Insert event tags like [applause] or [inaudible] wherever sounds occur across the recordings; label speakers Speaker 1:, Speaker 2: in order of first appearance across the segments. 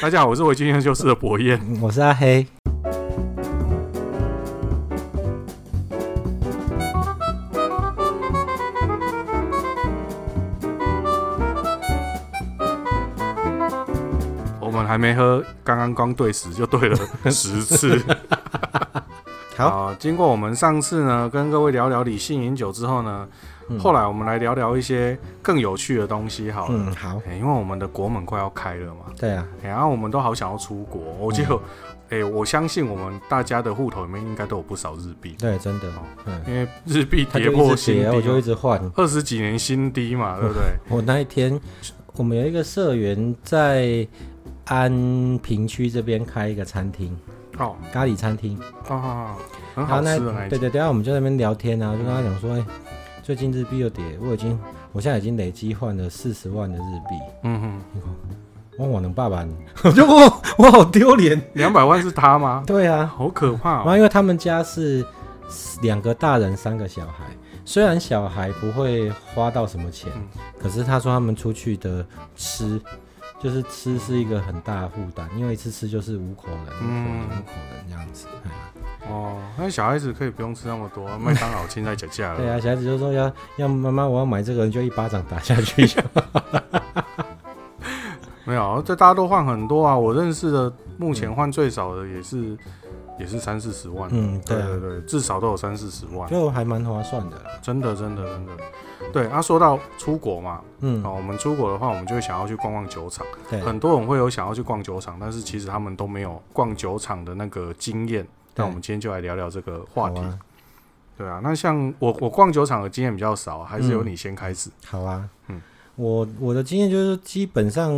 Speaker 1: 大家好，我是维京研究室的博彦。
Speaker 2: 嗯我是阿黑。
Speaker 1: 我们还没喝，刚刚光对时就对了
Speaker 2: [laughs]
Speaker 1: 十次。
Speaker 2: 好
Speaker 1: 啊经过我们上次呢跟各位聊聊理性饮酒之后呢，
Speaker 2: 嗯
Speaker 1: 后来我们来聊聊一些更有趣的东西好了。
Speaker 2: 嗯，好，
Speaker 1: 哎因为我们的国门快要开了嘛，
Speaker 2: 对啊，
Speaker 1: 哎然后我们都好想要出国，我就，[laughs]
Speaker 2: 嗯
Speaker 1: 哎、我相信我们大家的户头里面应该都有不少日币，
Speaker 2: 对，真的，嗯，
Speaker 1: 因为日币
Speaker 2: 他
Speaker 1: 跌
Speaker 2: 就
Speaker 1: 破
Speaker 2: 一直
Speaker 1: 新
Speaker 2: 叠，我就一
Speaker 1: 低，啊
Speaker 2: 直换。
Speaker 1: 二十几年新低嘛，对不对？
Speaker 2: 我那一天，我们有一个社员在安平区这边开一个餐厅，
Speaker 1: 哦
Speaker 2: 咖喱餐厅，
Speaker 1: 啊，很
Speaker 2: 然后
Speaker 1: 好
Speaker 2: 那
Speaker 1: 吃的那一
Speaker 2: 对
Speaker 1: 种。
Speaker 2: 对，等一下我们就在那边聊天啊，我就跟他讲说，哎、最近日币又跌，我已经，我现在已经累积换了四十万的日币，
Speaker 1: 嗯哼，
Speaker 2: 问我能爸爸你， [laughs] 我就我我好丢脸。
Speaker 1: 两百万是他吗？
Speaker 2: 对啊，
Speaker 1: [laughs] 好可怕、
Speaker 2: 然后
Speaker 1: 哦！
Speaker 2: 因为他们家是两个大人三个小孩，虽然小孩不会花到什么钱，
Speaker 1: 嗯
Speaker 2: 可是他说他们出去的吃，就是吃是一个很大的负担，因为一次吃就是五口人，五口人，
Speaker 1: 嗯
Speaker 2: 五口人这样子。哎呀
Speaker 1: 哦，那小孩子可以不用吃那么多，麦当劳现在涨价了。
Speaker 2: 对啊，小孩子就说要要妈妈我要买这个，你就一巴掌打下去。
Speaker 1: 没有，这大家都换很多啊。我认识的目前换最少的也是也是三四十万。
Speaker 2: 嗯，对
Speaker 1: 对啊
Speaker 2: 啊
Speaker 1: 对，对，至少都有三四十万，
Speaker 2: [laughs] 就还蛮划算的啦。
Speaker 1: 真的真的真的。对啊，说到出国嘛，
Speaker 2: [laughs] 嗯
Speaker 1: 啊，，我们出国的话，我们就会想要去逛逛酒厂。
Speaker 2: 对，
Speaker 1: 很多人会有想要去逛酒厂，但是其实他们都没有逛酒厂的那个经验。那我们今天就来聊聊这个话题
Speaker 2: 好。啊，
Speaker 1: 对啊，那像我我逛酒厂的经验比较少，啊还是由
Speaker 2: 嗯
Speaker 1: 你先开始。
Speaker 2: 好啊。
Speaker 1: 嗯
Speaker 2: 嗯，我我的经验就是基本上，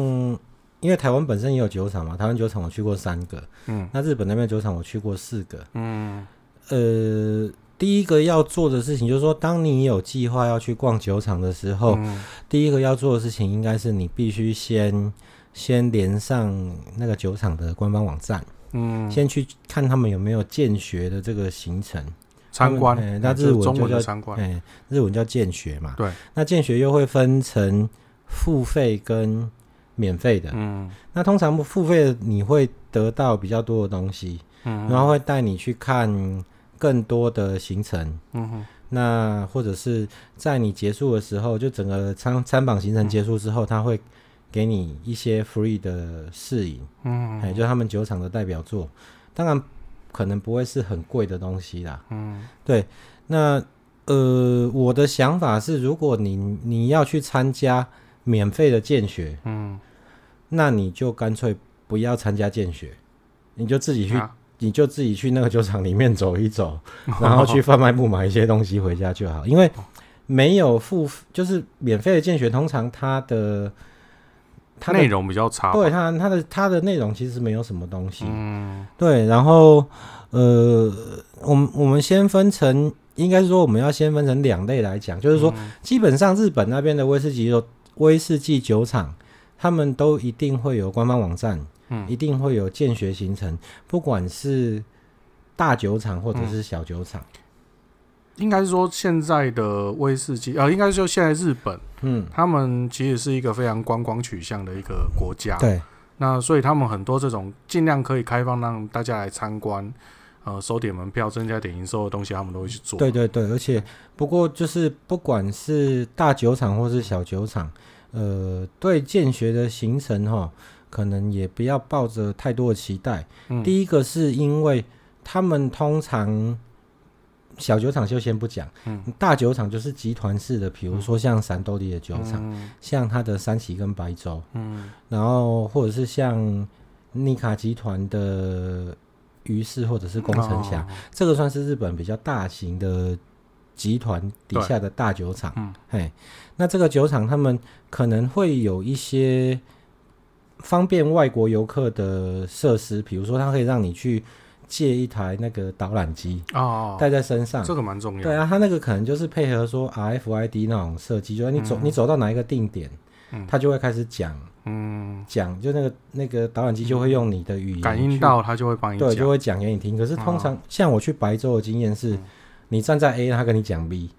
Speaker 2: 因为台湾本身也有酒厂嘛，台湾酒厂我去过三个，
Speaker 1: 嗯
Speaker 2: 那日本那边的酒厂我去过四个，
Speaker 1: 嗯
Speaker 2: 呃，第一个要做的事情就是说，当你有计划要去逛酒厂的时候，
Speaker 1: 嗯
Speaker 2: 第一个要做的事情应该是你必须先先连上那个酒厂的官方网站，
Speaker 1: 嗯，
Speaker 2: 先去看他们有没有见学的这个行程。
Speaker 1: 参观
Speaker 2: 他们哎，
Speaker 1: 那
Speaker 2: 那日文
Speaker 1: 中文
Speaker 2: 就
Speaker 1: 的
Speaker 2: 叫
Speaker 1: 参观，
Speaker 2: 哎、日文叫见学嘛。
Speaker 1: 对。
Speaker 2: 那见学又会分成付费跟免费的。
Speaker 1: 嗯
Speaker 2: 那通常付费的你会得到比较多的东西，
Speaker 1: 嗯
Speaker 2: 然后会带你去看更多的行程。
Speaker 1: 嗯哼
Speaker 2: 那或者是在你结束的时候，就整个参参访行程结束之后，他会给你一些 free 的试饮，
Speaker 1: 嗯
Speaker 2: 哎，就是他们酒厂的代表作。当然，可能不会是很贵的东西啦。
Speaker 1: 嗯
Speaker 2: 对，那呃，我的想法是，如果你你要去参加免费的见学，
Speaker 1: 嗯，
Speaker 2: 那你就干脆不要参加见学，你就自己去，
Speaker 1: 啊
Speaker 2: 你就自己去那个酒厂里面走一走。
Speaker 1: [laughs]
Speaker 2: 然后去贩卖部买一些东西回家就好，因为没有付，就是免费的见学，通常它的它的
Speaker 1: 内容比较差，
Speaker 2: 对它它的它的内容其实没有什么东西，
Speaker 1: 啊嗯
Speaker 2: 对，然后呃，我们我们先分成，应该是说我们要先分成两类来
Speaker 1: 嗯
Speaker 2: 讲，就是说基本上日本那边的威士忌酒威士忌酒厂，他们都一定会有官方网站，
Speaker 1: 嗯
Speaker 2: 一定会有见学行程，不管是大酒厂或者
Speaker 1: 嗯
Speaker 2: 是小酒厂，
Speaker 1: 啊应该是说现在的威士忌啊，应该说现在日本
Speaker 2: 嗯，
Speaker 1: 他们其实是一个非常观光取向的一个国家，
Speaker 2: 对。
Speaker 1: 那所以他们很多这种尽量可以开放让大家来参观，呃，收点门票、增加点营收的东西，他们都会去做。
Speaker 2: 对对对，而且不过就是不管是大酒厂或是小酒厂，呃，对建学的行程哈、可能也不要抱着太多的期待。
Speaker 1: 嗯
Speaker 2: 第一个是因为他们通常小酒厂就先不讲，
Speaker 1: 嗯
Speaker 2: 大酒厂就是集团式的，比如说像闪斗里的酒厂，
Speaker 1: 嗯
Speaker 2: 像它的三旗跟白州，
Speaker 1: 嗯
Speaker 2: 然后或者是像尼卡集团的于氏或者是宫城峡。
Speaker 1: 哦
Speaker 2: 这个算是日本比较大型的集团底下的大酒厂。
Speaker 1: 嗯，
Speaker 2: 嘿，那这个酒厂他们可能会有一些方便外国游客的设施，比如说它可以让你去借一台那个导览机
Speaker 1: 哦，
Speaker 2: 带在身上。
Speaker 1: 这个蛮重要。
Speaker 2: 对，啊，它那个可能就是配合说 RFID 那种设计，就是你走、你走到哪一个定点
Speaker 1: 嗯，
Speaker 2: 它就会开始讲
Speaker 1: 嗯，
Speaker 2: 讲，就那个那个导览机就会用你的语言
Speaker 1: 感应
Speaker 2: 去
Speaker 1: 到他就会帮你
Speaker 2: 对，就
Speaker 1: 讲。哦
Speaker 2: 会讲给你听。可是通常、像我去白州的经验是，你站在 A，他跟你讲 B，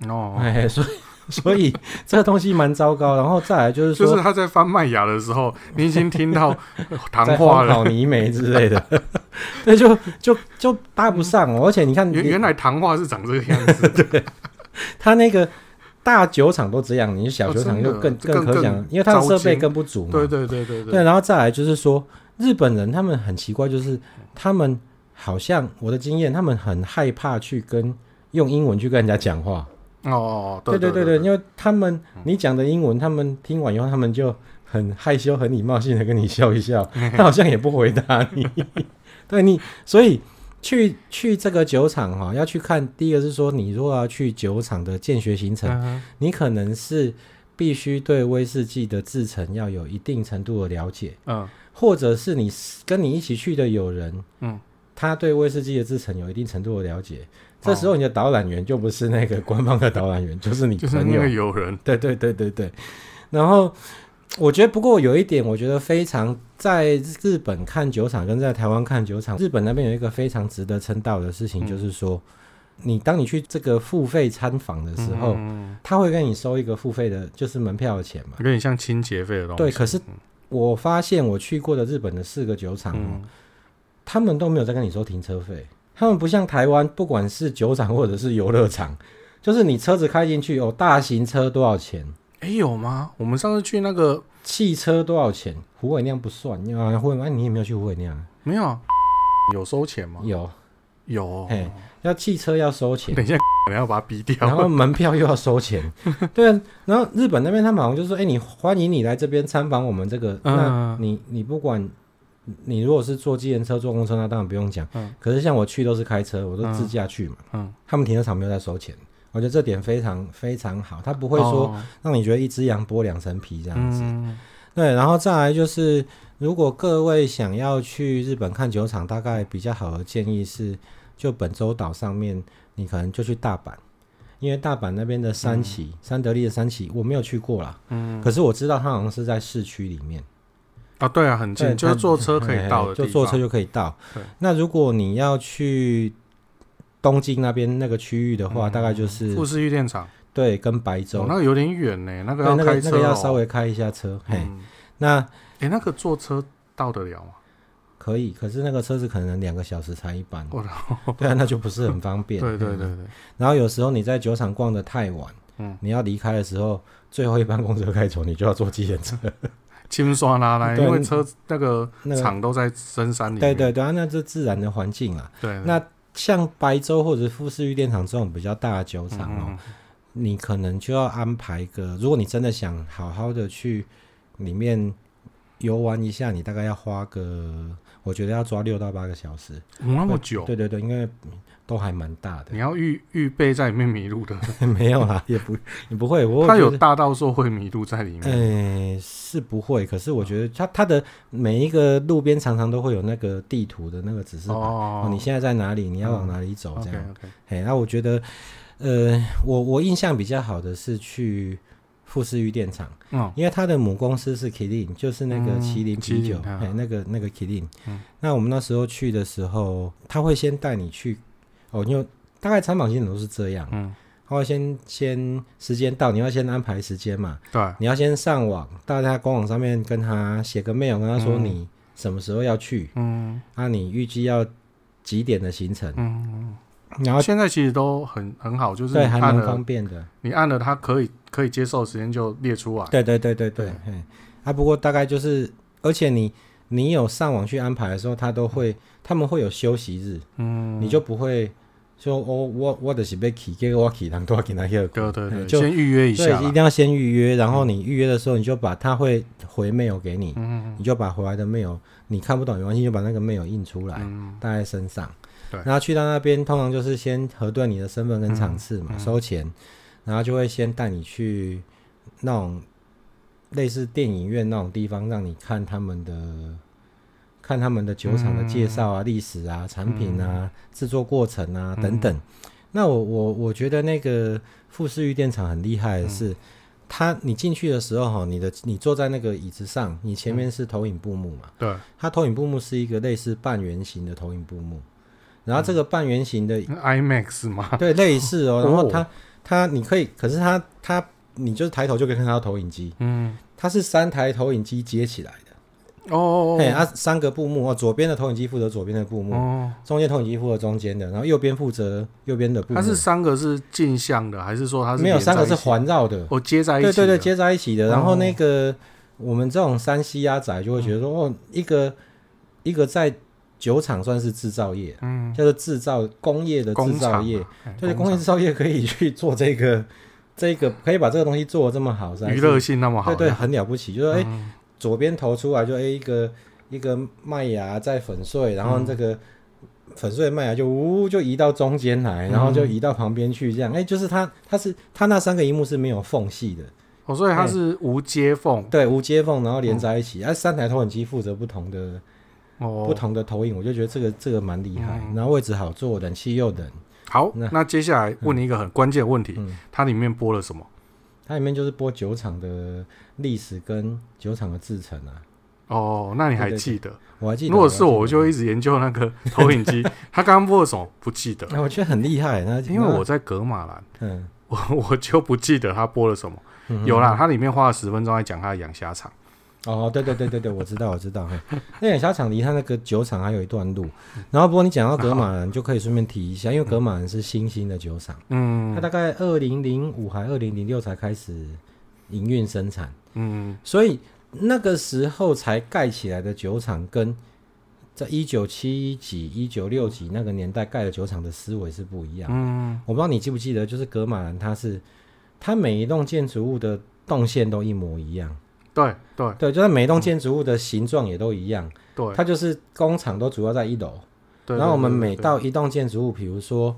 Speaker 1: 嗯哦，
Speaker 2: 哎、所以 [laughs] 所以这个东西蛮糟糕。然后再来就是
Speaker 1: 就
Speaker 2: 说，
Speaker 1: 是他在翻麦芽的时候，你已经听
Speaker 2: [laughs]
Speaker 1: 到呃糖
Speaker 2: 在
Speaker 1: 化
Speaker 2: 荒
Speaker 1: 了。
Speaker 2: 草泥煤之类的， [laughs] 那就就就搭不上哦。而且你看，
Speaker 1: 原原来糖化是长这个
Speaker 2: [laughs]
Speaker 1: 样子，
Speaker 2: 他那个大酒厂都这样，你小
Speaker 1: 哦
Speaker 2: 酒厂
Speaker 1: 真的
Speaker 2: 就更、
Speaker 1: 这更
Speaker 2: 可想
Speaker 1: 更，
Speaker 2: 因为它的设
Speaker 1: 糟
Speaker 2: 备
Speaker 1: 心
Speaker 2: 更不足嘛。
Speaker 1: 对对对对
Speaker 2: 对，然后再来就是说，日本人他们很奇怪，就是他们好像我的经验，他们很害怕去跟用英文去跟人家讲话。
Speaker 1: 哦哦，
Speaker 2: 对
Speaker 1: 对
Speaker 2: 对
Speaker 1: 对
Speaker 2: 对，因嗯为他们你讲的英文，他们听完以后，他们就很害羞、很礼貌性的跟你笑一 [laughs] 笑，他好像也不回答你。 [laughs] 对你，所以去去这个酒厂哈、要去看。第一个是说，你如果要去酒厂的见学行程，
Speaker 1: 嗯
Speaker 2: 你可能是必须对威士忌的制成要有一定程度的了解，
Speaker 1: 嗯
Speaker 2: 或者是你跟你一起去的友人，
Speaker 1: 嗯，
Speaker 2: 他对威士忌的制成有一定程度的了解。
Speaker 1: 哦
Speaker 2: 这时候你的导览员就不是那个官方的导览
Speaker 1: [laughs]
Speaker 2: 员，就是你
Speaker 1: 就是
Speaker 2: 朋
Speaker 1: 那
Speaker 2: 友。
Speaker 1: 个友人，
Speaker 2: 对对对对对。然后我觉得，不过有一点，我觉得非常在日本看酒厂跟在台湾看酒厂，日本那边有一个非常值得称道的事情，
Speaker 1: 嗯
Speaker 2: 就是说，你当你去这个付费参访的时候，
Speaker 1: 嗯
Speaker 2: 他会跟你收一个付费的，就是门票的钱嘛。
Speaker 1: 有点像清洁费的东西。
Speaker 2: 对，可是我发现我去过的日本的四个酒厂、哦，
Speaker 1: 嗯，
Speaker 2: 他们都没有在跟你收停车费，他们不像台湾，不管是酒厂或者是游乐场，就是你车子开进去哦，大型车多少钱，
Speaker 1: 哎有吗？我们上次去那个
Speaker 2: 汽车多少钱，胡伟亮不算，你啊胡伟亮你也没有去胡伟亮啊，
Speaker 1: 没有啊有收钱吗？
Speaker 2: 有，
Speaker 1: 有哦，
Speaker 2: 嘿，要汽车要收钱，
Speaker 1: 等一下 [laughs] 可能要把它逼掉。
Speaker 2: 然后门票又要收钱，对啊，然后日本那边他们好像就说，哎、你欢迎你来这边参访我们这个，
Speaker 1: 嗯
Speaker 2: 那你你不管你如果是坐机人车、坐公车，那当然不用讲，
Speaker 1: 嗯
Speaker 2: 可是像我去都是开车，我都自驾去嘛，
Speaker 1: 嗯，
Speaker 2: 他们停车场没有在收钱，我觉得这点非常非常好，他不会说
Speaker 1: 哦
Speaker 2: 让你觉得一只羊剥两层皮这样子，
Speaker 1: 嗯
Speaker 2: 对，然后再来就是，如果各位想要去日本看酒厂，大概比较好的建议是，就本州岛上面，你可能就去大阪，因为大阪那边的三崎、三得利的三崎，我没有去过啦，
Speaker 1: 嗯
Speaker 2: 可是我知道它好像是在市区里面，
Speaker 1: 啊，对啊，很
Speaker 2: 对
Speaker 1: 近，就是
Speaker 2: 它
Speaker 1: 坐车可
Speaker 2: 嘿
Speaker 1: 以到的地
Speaker 2: 就
Speaker 1: 方，
Speaker 2: 坐车就可以到
Speaker 1: 对。
Speaker 2: 那如果你要去东京那边那个区域的话，大概就是
Speaker 1: 富士御电厂，
Speaker 2: 对跟白
Speaker 1: 嗯哦
Speaker 2: 州，
Speaker 1: 那个有点远呢，那个
Speaker 2: 对
Speaker 1: 要
Speaker 2: 那个
Speaker 1: 开车
Speaker 2: 那个要
Speaker 1: 哦。
Speaker 2: 稍微开一下车，嘿，
Speaker 1: 嗯，
Speaker 2: 那
Speaker 1: 哎，那个坐车到得了吗？
Speaker 2: 可以，可是那个车子可能两个小时才一班。
Speaker 1: 我操！
Speaker 2: 对啊，那就不是很方便。
Speaker 1: 哦 [laughs] 对对对
Speaker 2: 嗯。
Speaker 1: 对，
Speaker 2: 然后有时候你在酒厂逛的太晚，
Speaker 1: 嗯
Speaker 2: 你要离开的时候，最后一班公车开走，你就要坐计程车。
Speaker 1: 轻刷拉来，
Speaker 2: 对
Speaker 1: 因为车那个
Speaker 2: 那个
Speaker 1: 厂都在深山里
Speaker 2: 对
Speaker 1: 面。
Speaker 2: 对对啊，那这自然的环境啊。
Speaker 1: 对，
Speaker 2: 那像白州或者富士御电厂这种比较大的酒厂哦，
Speaker 1: 嗯
Speaker 2: 你可能就要安排个，如果你真的想好好的去里面游玩一下，你大概要花个，我觉得要抓六到八个小时。
Speaker 1: 嗯那么久，
Speaker 2: 对对对，因为都还蛮大
Speaker 1: 你要预预备在里面迷路的，
Speaker 2: 的， [laughs] 没有啦，也不也不会，我
Speaker 1: 它有
Speaker 2: 觉得嗯
Speaker 1: 大到说会迷路在里面。
Speaker 2: 诶、是不会，可是我觉得它它的每一个路边常常都会有那个地图的那个指示牌，哦
Speaker 1: 哦，
Speaker 2: 你现在在哪里，你要往
Speaker 1: 嗯
Speaker 2: 哪里走这
Speaker 1: OK
Speaker 2: 样。
Speaker 1: OK，
Speaker 2: 嘿，那我觉得，呃，我我印象比较好的是去富士御电厂，
Speaker 1: 嗯
Speaker 2: 因为它的母公司是 Kirin，就是那个
Speaker 1: 嗯
Speaker 2: 麒麟啤酒，
Speaker 1: 麒麟啊
Speaker 2: 嘿，那个那个 Kirin、
Speaker 1: 嗯
Speaker 2: 那我们那时候去的时候，他会先带你去，哦，因为大概参访行程都是这样，
Speaker 1: 嗯，
Speaker 2: 他会先先时间到，你要先安排时间嘛。
Speaker 1: 对，
Speaker 2: 你要先上网，到他官网上面跟他写个 mail，跟他说
Speaker 1: 嗯
Speaker 2: 你什么时候要去，
Speaker 1: 嗯
Speaker 2: 啊，你预计要几点的行程，
Speaker 1: 嗯，
Speaker 2: 然后
Speaker 1: 嗯现在其实都很很好，就是
Speaker 2: 对
Speaker 1: 你
Speaker 2: 还
Speaker 1: 按
Speaker 2: 蛮方
Speaker 1: 了
Speaker 2: 便的，
Speaker 1: 你按了它可以可以接受的时间就列出来。
Speaker 2: 对对对对对
Speaker 1: 对，
Speaker 2: 嘿，啊，不过大概就是，而且你你有上网去安排的时候，他都会他们会有休息日，
Speaker 1: 嗯，
Speaker 2: 你就不会说哦，我我的是被起，结果我起人多给他个，
Speaker 1: 对对对，
Speaker 2: 就
Speaker 1: 先预约一
Speaker 2: 所以
Speaker 1: 下
Speaker 2: 一
Speaker 1: 啦。
Speaker 2: 定要先预约，然后你预约的时候，你就把他会回 mail 给你，
Speaker 1: 嗯
Speaker 2: 你就把回来的 mail，你看不懂没关系，就把那个 mail 印出来。
Speaker 1: 嗯，
Speaker 2: 带在身上。
Speaker 1: 对
Speaker 2: 然后去到那边，通常就是先核对你的身份跟场次嘛，
Speaker 1: 嗯嗯
Speaker 2: 收钱，然后就会先带你去那种类似电影院那种地方，让你看他们的看他们的酒厂的介绍啊、历、史啊、产品啊、制、作过程啊等等。那我我我觉得那个富士御电厂很厉害的是。它你进去的时候哈，你的你坐在那个椅子上，你前面是投影布幕嘛，
Speaker 1: 对，
Speaker 2: 它投影布幕是一个类似半圆形的投影布幕，然后这个半圆形的、
Speaker 1: IMAX 嘛，
Speaker 2: [laughs] 对类似哦，
Speaker 1: 哦
Speaker 2: 然后它、它你可以，可是它它你就是抬头就可以看到投影机，
Speaker 1: 嗯，
Speaker 2: 它是三台投影机接起来的，
Speaker 1: 哦哦
Speaker 2: 嘿，
Speaker 1: 哦
Speaker 2: 它三个布幕哦，左边的投影机负责左边的布幕，
Speaker 1: 哦，
Speaker 2: 中间投影机负责中间的，然后右边负责右边的布幕，
Speaker 1: 它是三个是镜像的，还是说它是
Speaker 2: 嗯没有
Speaker 1: 连在
Speaker 2: 三个是
Speaker 1: 一起
Speaker 2: 环绕的，
Speaker 1: 哦接在一起
Speaker 2: 对
Speaker 1: 的？
Speaker 2: 对对，接在一起的。然后
Speaker 1: 哦
Speaker 2: 那个、我们这种山西鸭仔就会觉得说，
Speaker 1: 嗯
Speaker 2: 哦，一个一个在酒厂算是制造业，
Speaker 1: 嗯，
Speaker 2: 叫做制造工业的制
Speaker 1: 工
Speaker 2: 造
Speaker 1: 厂
Speaker 2: 业，
Speaker 1: 哎
Speaker 2: 就是
Speaker 1: 工
Speaker 2: 工业制造业可以去做这个 [laughs] 这个，可以把这个东西做的这么好，实
Speaker 1: 厂
Speaker 2: 在是
Speaker 1: 娱乐性那么好，
Speaker 2: 对对，很了不起。就是哎、
Speaker 1: 嗯
Speaker 2: 左边投出来就哎、一个一个麦芽在粉碎，然后
Speaker 1: 嗯
Speaker 2: 这个。粉碎的麦芽就呜就移到中间来，然后
Speaker 1: 嗯
Speaker 2: 就移到旁边去，这样哎、就是它它是它那三个荧幕是没有缝隙的，
Speaker 1: 哦，所以它
Speaker 2: 哎
Speaker 1: 是无接缝
Speaker 2: 对，无接缝，然后
Speaker 1: 嗯
Speaker 2: 连在一起。啊，三台投影机负责不同的、
Speaker 1: 哦，嗯
Speaker 2: 不同的投影，我就觉得这个这个蛮厉害。然后位置好坐，冷气又冷，
Speaker 1: 好，
Speaker 2: 那
Speaker 1: 那接下来问你一个很关键的问题，
Speaker 2: 嗯
Speaker 1: 它里面播了什么？
Speaker 2: 它里面就是播酒厂的历史跟酒厂的制成啊。
Speaker 1: 哦，那你还
Speaker 2: 对对对
Speaker 1: 记得？
Speaker 2: 我还记得，
Speaker 1: 如果是我，我就
Speaker 2: 还
Speaker 1: 会一直研究那个投影
Speaker 2: [laughs]
Speaker 1: 机。它刚刚播了什么？不记得
Speaker 2: 记，得啊我觉得很厉害。那
Speaker 1: [laughs] 因为我在格马兰， [laughs]
Speaker 2: 那嗯
Speaker 1: 我我就不记得它播了什么。
Speaker 2: 嗯
Speaker 1: 有啦，它里面花了十分钟在讲它的养虾场。
Speaker 2: 哦，对对对对对，我知道我知道。嘿 [laughs] 那演小厂离它那个酒厂还有一段路。然后不过你讲到格马兰，就可以顺便提一下，因为格马兰是新兴的酒厂，它
Speaker 1: 嗯
Speaker 2: 大概二零零五还二零零六才开始营运生产。
Speaker 1: 嗯，
Speaker 2: 所以那个时候才盖起来的酒厂，跟在一九七几、一九六几那个年代盖的酒厂的思维是不一样。
Speaker 1: 嗯，
Speaker 2: 我不知道你记不记得，就是格马兰，它是它每一栋建筑物的动线都一模一样，
Speaker 1: 对对
Speaker 2: 对，就是每一栋建筑物的形状也都一样。
Speaker 1: 对
Speaker 2: 它就是工厂都主要在一楼，
Speaker 1: 对。
Speaker 2: 然后我们
Speaker 1: 对
Speaker 2: 每
Speaker 1: 对
Speaker 2: 到一栋建筑物，比如说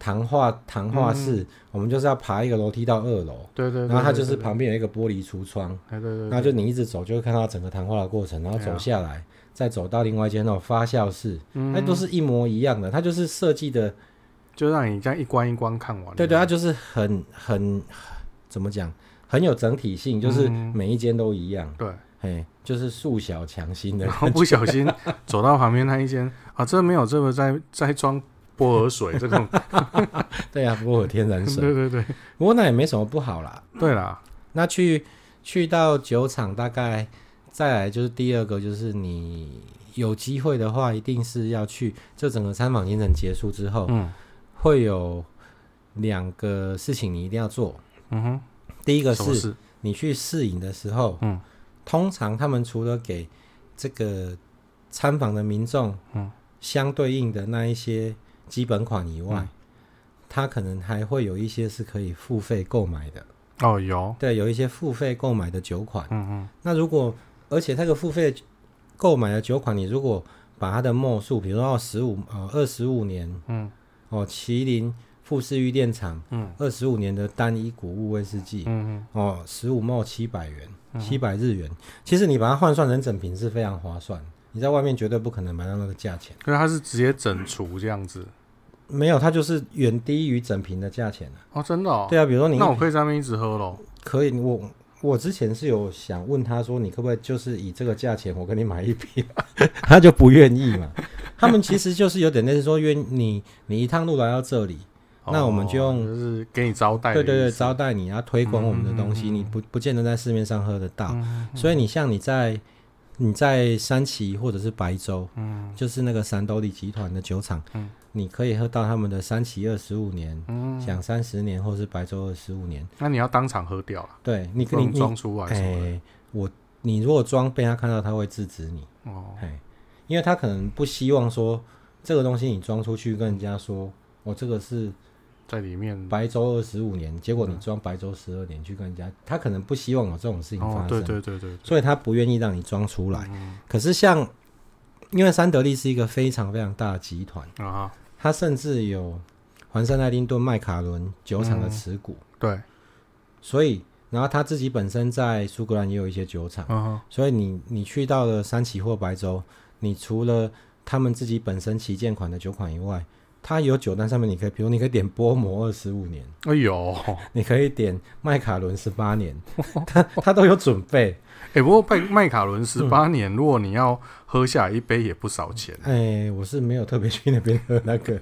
Speaker 2: 糖化糖化室，我们就是要爬一个楼梯到二楼，
Speaker 1: 对嗯对，对
Speaker 2: 然后它就是，
Speaker 1: 对
Speaker 2: 旁边有一个玻璃橱窗。
Speaker 1: 对对对对，
Speaker 2: 那就你一直走，就会看到整个谈话的过程，然后
Speaker 1: 对
Speaker 2: 走
Speaker 1: 啊
Speaker 2: 下来，再走到另外一间那种发酵室，哎
Speaker 1: 嗯
Speaker 2: 那、都是一模一样的。它就是设计的，
Speaker 1: 就让你这样一关一关看完。
Speaker 2: 对对，它就是很很怎么讲，很有整体性，就是
Speaker 1: 嗯
Speaker 2: 每一间都一样，
Speaker 1: 对。
Speaker 2: 嘿，就是树小强新
Speaker 1: [laughs] [laughs]
Speaker 2: 的
Speaker 1: 然。后不小心走到旁边那一间 [laughs] 啊，这没有这个在在装薄荷水，这种
Speaker 2: [laughs] 对啊，不过有天然水，
Speaker 1: 对对对
Speaker 2: 不过那也没什么不好啦。
Speaker 1: 对啦，
Speaker 2: 那去去到酒厂，大概再来就是第二个，就是你有机会的话，一定是要去。这整个参访行程结束之后，
Speaker 1: 嗯
Speaker 2: 会有两个事情你一定要做。
Speaker 1: 嗯哼，
Speaker 2: 第一个
Speaker 1: 什么
Speaker 2: 是
Speaker 1: 事？
Speaker 2: 你去试饮的时候，
Speaker 1: 嗯，
Speaker 2: 通常他们除了给这个参访的民众，
Speaker 1: 嗯，
Speaker 2: 相对应的那一些基本款以外，
Speaker 1: 嗯
Speaker 2: 他可能还会有一些是可以付费购买的。
Speaker 1: 哦，有，
Speaker 2: 对，有一些付费购买的酒款。
Speaker 1: 嗯
Speaker 2: 那如果而且那个付费购买的酒款，你如果把它的墨数，比如说十五呃二十五年，
Speaker 1: 嗯
Speaker 2: 哦，麒麟富士玉电厂，
Speaker 1: 嗯，
Speaker 2: 二十五年的单一谷物威士忌
Speaker 1: 嗯，嗯
Speaker 2: 哦，十五毛七百元，七百日元。其实你把它换算成整瓶是非常划算，你在外面绝对不可能买到那个价钱
Speaker 1: 嗯，。可是它是直接整除这样子
Speaker 2: 没有，它就是远低于整瓶的价钱啊。
Speaker 1: 哦，真的哦。
Speaker 2: 对啊，比如说你
Speaker 1: 那我可以在那边一直喝咯。
Speaker 2: 可以，我我之前是有想问他说，你可不可以就是以这个价钱，我跟你买一瓶， [laughs] 他就不愿意嘛。他们其实就是有点类似说，愿你你一趟路来到这里， [laughs] 那我们就用
Speaker 1: 哦就是给你招待的
Speaker 2: 对
Speaker 1: 意思，
Speaker 2: 对对，招待你，要推广我们的东
Speaker 1: 嗯嗯
Speaker 2: 西，
Speaker 1: 嗯嗯
Speaker 2: 你不不见得在市面上喝得
Speaker 1: 嗯
Speaker 2: 到。所以你像你在你在山崎或者是白州，
Speaker 1: 嗯
Speaker 2: 就是那个山兜里集团的酒厂，
Speaker 1: 嗯
Speaker 2: 你可以喝到他们的山崎二十五年、
Speaker 1: 嗯，
Speaker 2: 享三十年，或是白州二十五年。
Speaker 1: 那你要当场喝掉了，
Speaker 2: 对你，
Speaker 1: 不
Speaker 2: 你
Speaker 1: 能
Speaker 2: 你
Speaker 1: 装出来
Speaker 2: 哎、
Speaker 1: 什么的
Speaker 2: 我你如果装被他看到，他会制止你，
Speaker 1: 哦。
Speaker 2: 哎、因为他可能不希望说这个东西你装出去跟人家说，我、这个是
Speaker 1: 在里面
Speaker 2: 白粥二十五年，结果
Speaker 1: 嗯
Speaker 2: 你装白粥十二年去跟人家，他可能不希望有这种事情
Speaker 1: 哦
Speaker 2: 发生，，
Speaker 1: 对对对对，嗯对
Speaker 2: 所以他不愿意让你装出来。可是像因为三得利是一个非常非常大的集团，
Speaker 1: 啊哈，
Speaker 2: 它甚至有环山爱丁顿、麦卡伦酒厂的持股，
Speaker 1: 对，
Speaker 2: 所以然后他自己本身在苏格兰也有一些酒厂。
Speaker 1: 嗯哼，
Speaker 2: 所以你你去到了三崎或白州，你除了他们自己本身旗舰款的酒款以外，它有酒单上面你可以，比如你可以点波摩二十五年，
Speaker 1: 哎呦，
Speaker 2: 你可以点麦卡伦十八
Speaker 1: [laughs]
Speaker 2: 年，它它都有准备。
Speaker 1: 哎、不过
Speaker 2: 嗯
Speaker 1: 麦麦卡伦十八年，如果你要喝下一杯也不少钱。
Speaker 2: 哎，我是没有特别去那边喝那个，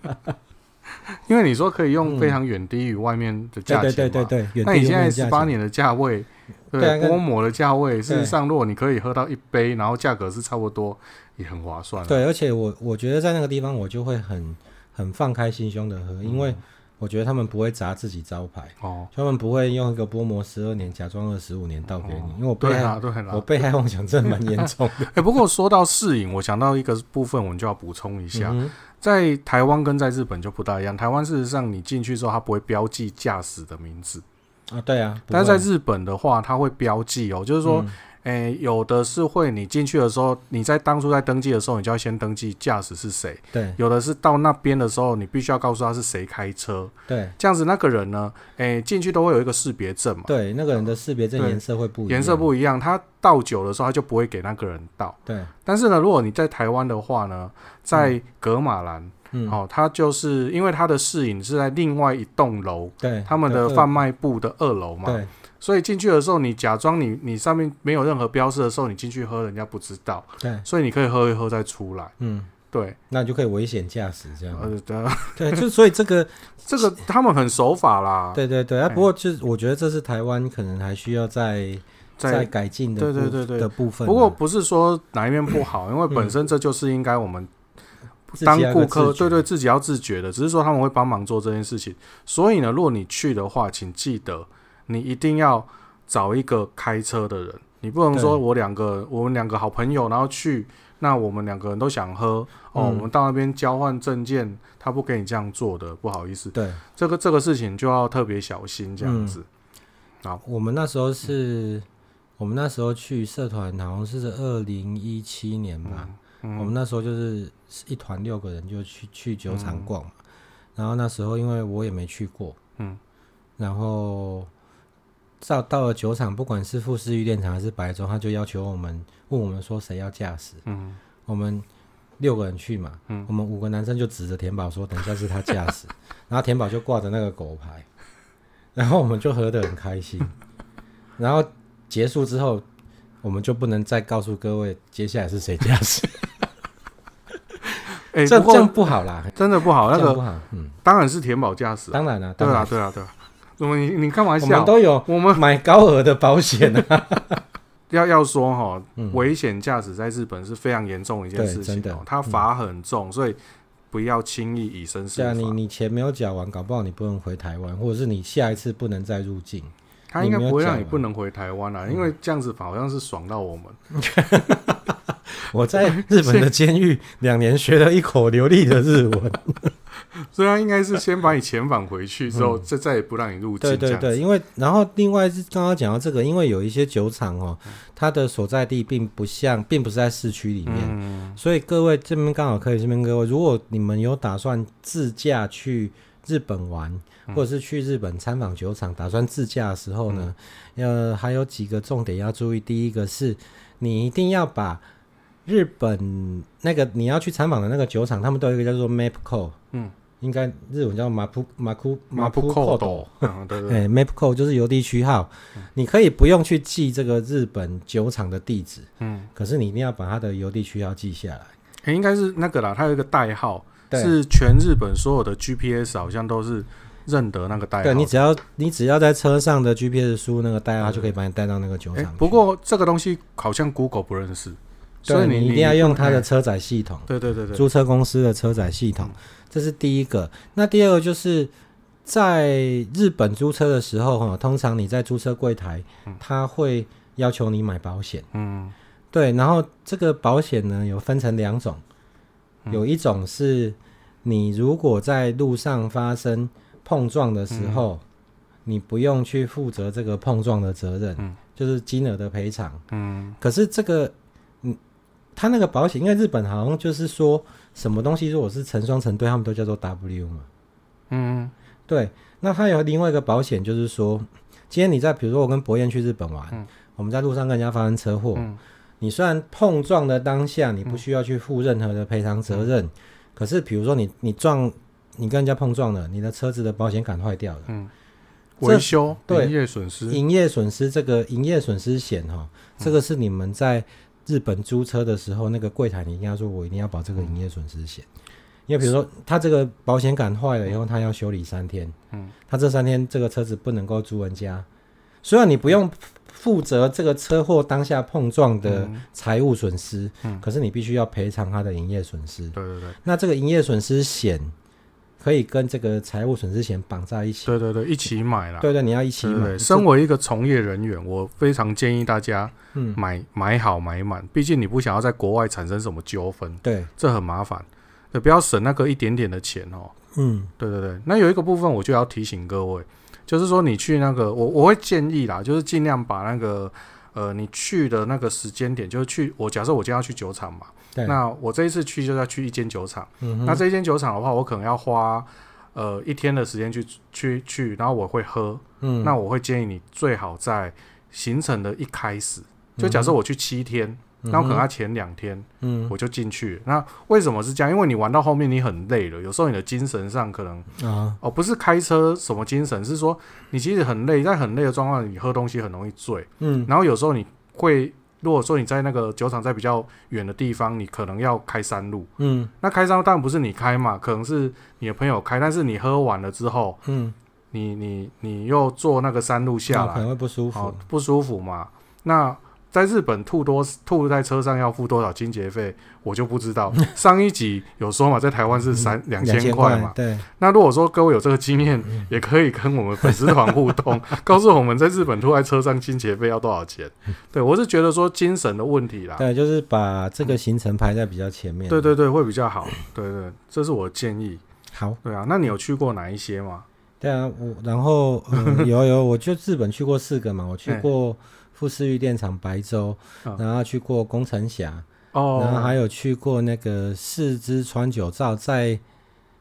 Speaker 1: 因为你说可以用非常远低于外面的价钱
Speaker 2: 对
Speaker 1: 嘛，
Speaker 2: 嗯对对对对，
Speaker 1: 那你现在
Speaker 2: 远
Speaker 1: 十
Speaker 2: 地
Speaker 1: 八
Speaker 2: 用面价钱
Speaker 1: 年的价位，对
Speaker 2: 对啊跟
Speaker 1: 薄膜的价位，事实
Speaker 2: 对
Speaker 1: 上如果你可以喝到一杯，然后价格是差不多，也很划算啊。
Speaker 2: 对，而且我我觉得在那个地方我就会很很放开心胸的喝，因
Speaker 1: 嗯
Speaker 2: 为我觉得他们不会砸自己招牌，
Speaker 1: 哦，
Speaker 2: 他们不会用一个薄膜十二年假装二十五年倒给你，因为我被
Speaker 1: 哦对啊
Speaker 2: 害、
Speaker 1: 啦，对啦
Speaker 2: 我。被害妄想症蛮严重的。
Speaker 1: [laughs] 哎、不过说到试饮，我想到一个部分，我们就要补充一下，
Speaker 2: 嗯哼
Speaker 1: 在台湾跟在日本就不大一样。台湾事实上你进去之后，它不会标记驾驶的名字，
Speaker 2: 啊，对啊，不
Speaker 1: 但是在
Speaker 2: 会嗯
Speaker 1: 日本的话，它会标记哦，就是说，诶、有的是会你进去的时候，你在当初在登记的时候，你就要先登记驾驶是谁；
Speaker 2: 对
Speaker 1: 有的是到那边的时候，你必须要告诉他是谁开车。
Speaker 2: 对
Speaker 1: 这样子，那个人呢，诶、进去都会有一个识别证嘛，
Speaker 2: 对，那个人的识别证
Speaker 1: 对
Speaker 2: 颜色会不一样，
Speaker 1: 颜色不一样，他倒酒的时候他就不会给那个人倒。
Speaker 2: 对，
Speaker 1: 但是呢，如果你在台湾的话呢，在格马兰、
Speaker 2: 嗯，
Speaker 1: 哦，他就是因为他的试饮是在另外一栋楼，
Speaker 2: 对，
Speaker 1: 他们的
Speaker 2: 对
Speaker 1: 贩卖部的二楼嘛，
Speaker 2: 对
Speaker 1: 所以进去的时候，你假装你你上面没有任何标识的时候，你进去喝，人家不知道，
Speaker 2: 对，
Speaker 1: 所以你可以喝一喝再出来。
Speaker 2: 嗯，
Speaker 1: 对，
Speaker 2: 那你就可以危险驾驶这样。
Speaker 1: 呃，对 [laughs]
Speaker 2: 对，就所以这个，
Speaker 1: 这个他们很守法啦，
Speaker 2: 对对对啊。
Speaker 1: 哎
Speaker 2: 不过就是我觉得这是台湾可能还需要再再
Speaker 1: 在
Speaker 2: 改进的
Speaker 1: 对
Speaker 2: 部
Speaker 1: 对对对
Speaker 2: 的部分啊。
Speaker 1: 不过不是说哪一面不好，因为本身这就是应该我们
Speaker 2: 自己
Speaker 1: 当
Speaker 2: 要有
Speaker 1: 顾
Speaker 2: 个
Speaker 1: 客，
Speaker 2: 自
Speaker 1: 对
Speaker 2: 觉
Speaker 1: 对，自己要自觉的。只是说他们会帮忙做这件事情，所以呢，如果你去的话，请记得你一定要找一个开车的人，你不能
Speaker 2: 对
Speaker 1: 说我两个我们两个好朋友，然后去，那我们两个人都想喝哦，
Speaker 2: 嗯
Speaker 1: 我们到那边交换证件，他不给你这样做的，不好意思，
Speaker 2: 对，
Speaker 1: 这个这个事情就要特别小心这样
Speaker 2: 嗯
Speaker 1: 子。
Speaker 2: 我们那时候是，我们那时候去社团好像是二零一七年吧，
Speaker 1: 嗯
Speaker 2: 我们那时候就是一团六个人就去去酒厂逛嘛，然后那时候因为我也没去过，
Speaker 1: 嗯，
Speaker 2: 然后到到了酒厂，不管是富士玉电厂还是白州，他就要求我们问我们说谁要驾驶，
Speaker 1: 嗯，
Speaker 2: 我们六个人去嘛，我们五个男生就指着田宝说，等一下是他驾驶，然后田宝就挂着那个狗牌，然后我们就喝得很开心，然后结束之后，我们就不能再告诉各位接下来是谁驾驶，
Speaker 1: 哎、
Speaker 2: 这
Speaker 1: 不
Speaker 2: 这样
Speaker 1: 过
Speaker 2: 不好啦，
Speaker 1: 真的不好，那
Speaker 2: 这样不
Speaker 1: 个
Speaker 2: 好，嗯，
Speaker 1: 当然是填饱驾驶啊，
Speaker 2: 当然啦，
Speaker 1: 对
Speaker 2: 当
Speaker 1: 啊，
Speaker 2: 然，
Speaker 1: 对啊，对啊。怎么你你干嘛
Speaker 2: 我
Speaker 1: 笑
Speaker 2: 们？都有
Speaker 1: 啊我们
Speaker 2: 买高额的保险啊，
Speaker 1: [laughs] 要要说哈，
Speaker 2: 嗯
Speaker 1: 危险驾驶在日本是非常严重的一件
Speaker 2: 对
Speaker 1: 事情
Speaker 2: 真的嗯
Speaker 1: 哦，它罚很重，所以不要轻易以身试
Speaker 2: 对啊，你
Speaker 1: 法。
Speaker 2: 你钱没有缴完，搞不好你不能回台湾，或者是你下一次不能再
Speaker 1: [laughs]
Speaker 2: 入境。
Speaker 1: 他应该
Speaker 2: 你没有
Speaker 1: 不会
Speaker 2: 讲啊嗯
Speaker 1: 让你
Speaker 2: 完
Speaker 1: 不能回台湾啊啦，因为这样子好像是爽到我们。
Speaker 2: 我在日本的监狱两年学了一口流利的日文。
Speaker 1: 所以他应该是先把你遣返回去之后，再再也 [laughs] 不让你入境。
Speaker 2: 对
Speaker 1: 这
Speaker 2: 对
Speaker 1: 样
Speaker 2: 嗯对，
Speaker 1: 子，
Speaker 2: 因为然后另外是刚刚讲到这个，因为有一些酒厂哦，它的所在地并不像，并不是在市区里面，
Speaker 1: 嗯，
Speaker 2: 所以各位这边刚好可以这边各位，如果你们有打算自驾去日本玩，
Speaker 1: 嗯
Speaker 2: 或者是去日本参访酒厂，打算自驾的时候呢，
Speaker 1: 嗯
Speaker 2: 呃，还有几个重点要注意。第一个是你一定要把日本那个你要去参访的那个酒厂，他们都有一个叫做 Mapco，
Speaker 1: 嗯，
Speaker 2: 应该日文叫马普马库
Speaker 1: 马
Speaker 2: 普
Speaker 1: 不
Speaker 2: 扣
Speaker 1: 扣斗，嗯，对
Speaker 2: [laughs]
Speaker 1: 嗯对，
Speaker 2: 哎、m a p c o 就是邮递区号，你可以不用去记这个日本酒厂的地址，
Speaker 1: 嗯，
Speaker 2: 可是你一定要把它的邮递区号记下来。
Speaker 1: 哎应该是那个啦，它有一个代号，
Speaker 2: 对
Speaker 1: 是全日本所有的 GPS 好像都是认得那个代号
Speaker 2: 对
Speaker 1: 的
Speaker 2: 你。只要你只要在车上的 GPS 输入那个代号，就可以把你带到那个酒
Speaker 1: 哎
Speaker 2: 厂去。
Speaker 1: 不过这个东西好像 Google 不认识，所
Speaker 2: 对，
Speaker 1: 以
Speaker 2: 你
Speaker 1: 你
Speaker 2: 一定要用它。
Speaker 1: 你
Speaker 2: 的
Speaker 1: 哎
Speaker 2: 车载系统，
Speaker 1: 对对对对，
Speaker 2: 租车公司的车载系统，这是第一个。那第二个就是在日本租车的时候，哈，通常你在租车柜台，他会要求你买保险。
Speaker 1: 嗯
Speaker 2: 对，然后这个保险呢有分成两种，
Speaker 1: 嗯
Speaker 2: 有一种是你如果在路上发生碰撞的时候，
Speaker 1: 嗯
Speaker 2: 你不用去负责这个碰撞的责任，
Speaker 1: 嗯
Speaker 2: 就是金额的赔偿。
Speaker 1: 嗯，
Speaker 2: 可是这个，嗯，他那个保险，因为日本好像就是说什么东西如果是成双成对，他们都叫做 W 嘛。
Speaker 1: 嗯
Speaker 2: 对，那他有另外一个保险，就是说，今天你在比如说我跟博彦去日本玩，
Speaker 1: 嗯
Speaker 2: 我们在路上跟人家发生车祸，
Speaker 1: 嗯
Speaker 2: 你虽然碰撞的当下你不需要去负任何的赔偿责
Speaker 1: 嗯
Speaker 2: 任，可是比如说你你撞你跟人家碰撞了，你的车子的保险杆坏掉了，
Speaker 1: 嗯，
Speaker 2: 这
Speaker 1: 维修
Speaker 2: 对
Speaker 1: 营业损失，
Speaker 2: 营业损失这个营业损失险哈、
Speaker 1: 嗯
Speaker 2: 哦，这个是你们在日本租车的时候那个柜台你一定要说，我一定要保这个营业损失险，因为比如说他这个保险杆坏了以后，他要修理三天，
Speaker 1: 嗯，
Speaker 2: 他这三天这个车子不能够租人家，虽然你不用负责这个车祸当下碰撞的
Speaker 1: 嗯
Speaker 2: 财务损失，
Speaker 1: 嗯
Speaker 2: 可是你必须要赔偿他的营业损失。
Speaker 1: 对对对
Speaker 2: 那这个营业损失险可以跟这个财务损失险绑在一起，
Speaker 1: 对对对，一起买啦。
Speaker 2: 对对，你要一起
Speaker 1: 对对
Speaker 2: 买。
Speaker 1: 对，
Speaker 2: 这
Speaker 1: 身为一个从业人员，我非常建议大家
Speaker 2: 嗯，
Speaker 1: 买买好买满，毕竟你不想要在国外产生什么纠纷，
Speaker 2: 对，
Speaker 1: 这很麻烦。对，不要省那个一点点的钱哦。
Speaker 2: 嗯
Speaker 1: 对对对，那有一个部分我就要提醒各位，就是说你去那个，我我会建议啦，就是尽量把那个呃你去的那个时间点，就是去我假设我今天要去酒厂嘛，
Speaker 2: 对
Speaker 1: 那我这一次去就是要去一间酒厂，
Speaker 2: 嗯哼，
Speaker 1: 那这一间酒厂的话，我可能要花呃一天的时间去去去，然后我会喝，
Speaker 2: 嗯
Speaker 1: 那我会建议你最好在行程的一开始，就假设我去七天，
Speaker 2: 嗯嗯哼
Speaker 1: 那我可能要前两天。
Speaker 2: 嗯
Speaker 1: 我就进去了。那为什么是这样？因为你玩到后面你很累了，有时候你的精神上可能
Speaker 2: 啊
Speaker 1: 哦，不是开车什么精神，是说你其实很累，在很累的状况，你喝东西很容易醉。
Speaker 2: 嗯
Speaker 1: 然后有时候你会，如果说你在那个酒厂在比较远的地方，你可能要开山路。
Speaker 2: 嗯
Speaker 1: 那开山路当然不是你开嘛，可能是你的朋友开，但是你喝完了之后，
Speaker 2: 嗯，
Speaker 1: 你你你又坐那个山路下
Speaker 2: 那
Speaker 1: 来
Speaker 2: 可，能会不舒
Speaker 1: 好
Speaker 2: 服。
Speaker 1: 不舒服嘛。那在日本吐多吐在车上要付多少清洁费，我就不知
Speaker 2: [laughs]
Speaker 1: 道。上一集有说嘛，在台湾是三两千块嘛。
Speaker 2: 对，
Speaker 1: 那如果说各位有这个经验，
Speaker 2: 嗯
Speaker 1: 也可以跟我们粉丝团互
Speaker 2: [laughs]
Speaker 1: 动，告诉我们在日本吐在车上清洁费要多少钱。对我是觉得说精神的问题啦，
Speaker 2: 嗯对，就是把这个行程排在比较前面。
Speaker 1: 对，对对，会比较好。对对，这是我的建议。
Speaker 2: 好，
Speaker 1: 对啊，那你有去过哪一些吗？
Speaker 2: 对啊，我然后、嗯有有，我就日本去过四个嘛，我去
Speaker 1: 哎
Speaker 2: 过富士玉电厂白州，
Speaker 1: 嗯
Speaker 2: 然后去过宫城峡，然后
Speaker 1: 哦，
Speaker 2: 还有去过那个四支川久照在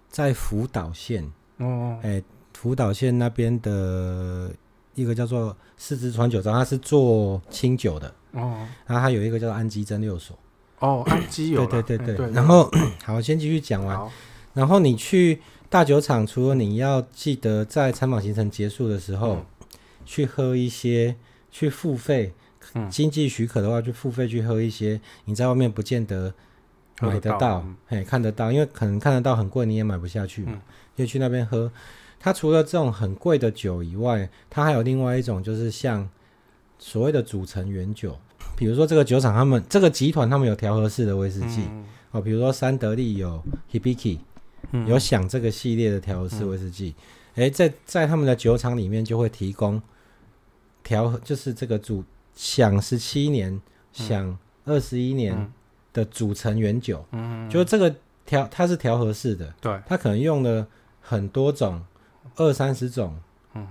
Speaker 2: 在福岛县，
Speaker 1: 哦，
Speaker 2: 哎，福岛县那边的一个叫做四支川久照，它是做清酒的，
Speaker 1: 哦，
Speaker 2: 然后还有一个叫做安吉蒸馏所。
Speaker 1: 哦，安基有
Speaker 2: 对
Speaker 1: 啦，
Speaker 2: 对
Speaker 1: 嗯
Speaker 2: 对对。
Speaker 1: 对，
Speaker 2: 然后 [clears throat] 好，先继续讲完。
Speaker 1: 好，
Speaker 2: 然后你去大酒厂，除了你要记得在参访行程结束的时候、
Speaker 1: 嗯
Speaker 2: 去喝一些，去付费，
Speaker 1: 嗯
Speaker 2: 经济许可的话去付费去喝一些，你在外面不见得
Speaker 1: 喝
Speaker 2: 买
Speaker 1: 得
Speaker 2: 得
Speaker 1: 到
Speaker 2: 到
Speaker 1: 嗯，
Speaker 2: 嘿，看得到，因为可能看得到很贵，你也买不下去嘛
Speaker 1: 嗯，
Speaker 2: 就去那边喝。它除了这种很贵的酒以外，它还有另外一种，就是像所谓的组成原酒，比如说这个酒厂他们这个集团他们有调和式的威士忌，
Speaker 1: 嗯
Speaker 2: 哦，比如说三得利有 Hibiki，、
Speaker 1: 嗯
Speaker 2: 有想这个系列的调和式威士忌，诶，在在他们的酒厂里面就会提供调和，就是这个组想十七年、想二十一年
Speaker 1: 嗯
Speaker 2: 的组成原酒，
Speaker 1: 嗯，
Speaker 2: 就是这个调它是调和式的，
Speaker 1: 对，
Speaker 2: 它可能用了很多种二三十种
Speaker 1: 嗯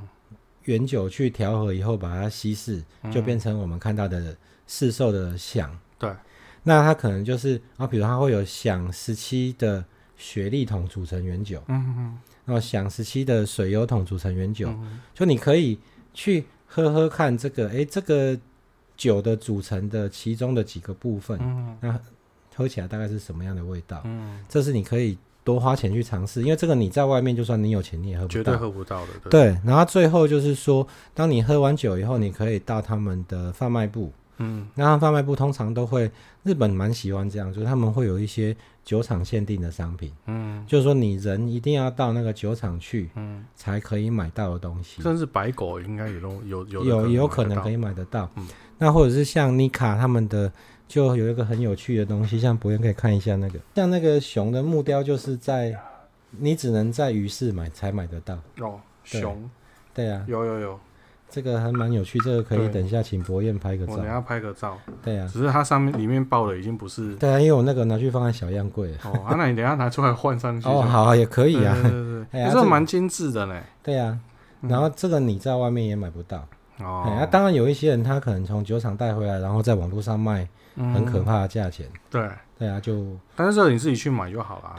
Speaker 2: 原酒去调和以后，把它稀释，就变成我们看到的市售的响。
Speaker 1: 对，
Speaker 2: 那它可能就是啊，比如它会有响十七的雪莉桶组成原酒，
Speaker 1: 嗯
Speaker 2: 然后响十七的水油桶组成原酒，
Speaker 1: 嗯
Speaker 2: 就你可以去喝喝看这个，诶，这个酒的组成的其中的几个部分，
Speaker 1: 嗯
Speaker 2: 那喝起来大概是什么样的味道？
Speaker 1: 嗯，
Speaker 2: 这是你可以多花钱去尝试，因为这个你在外面就算你有钱，你也喝不
Speaker 1: 绝对
Speaker 2: 到。
Speaker 1: 喝不到的，对，
Speaker 2: 对，然后最后就是说，当你喝完酒以后，你可以到他们的贩卖部。
Speaker 1: 嗯
Speaker 2: 那贩卖部通常都会，日本蛮喜欢这样，就是他们会有一些酒厂限定的商品，
Speaker 1: 嗯
Speaker 2: 就是说你人一定要到那个酒厂去
Speaker 1: 嗯，
Speaker 2: 才可以买到的东西，
Speaker 1: 甚至白狗应该也都有有
Speaker 2: 有有可能
Speaker 1: 能
Speaker 2: 可以买得到。
Speaker 1: 嗯
Speaker 2: 那或者是像妮卡他们的，就有一个很有趣的东西，像博彦可以看一下那个，像那个熊的木雕，就是在你只能在鱼市买才买得到。
Speaker 1: 哦，熊
Speaker 2: 对啊，
Speaker 1: 有有有，
Speaker 2: 这个还蛮有趣，这个可以
Speaker 1: 对
Speaker 2: 等一下请博彦拍个
Speaker 1: 我等
Speaker 2: 照。
Speaker 1: 下拍个照，
Speaker 2: 对啊，
Speaker 1: 只是它上面里面爆的已经不是
Speaker 2: 对啊，因为我那个拿去放在小样柜了。
Speaker 1: 哦，啊，那你等下拿出来换上去
Speaker 2: 哦，好啊，也可
Speaker 1: 可
Speaker 2: 以
Speaker 1: 对
Speaker 2: 啊。
Speaker 1: 对对，这蛮精致的嘞，
Speaker 2: 对啊，然后这个你在外面也买不到。哎，那
Speaker 1: 哦，
Speaker 2: 当然有一些人他可能从酒厂带回来，然后在网络上卖，很可怕的价钱。
Speaker 1: 嗯对，
Speaker 2: 对啊，就
Speaker 1: 但是你自己去买就好了，
Speaker 2: 啊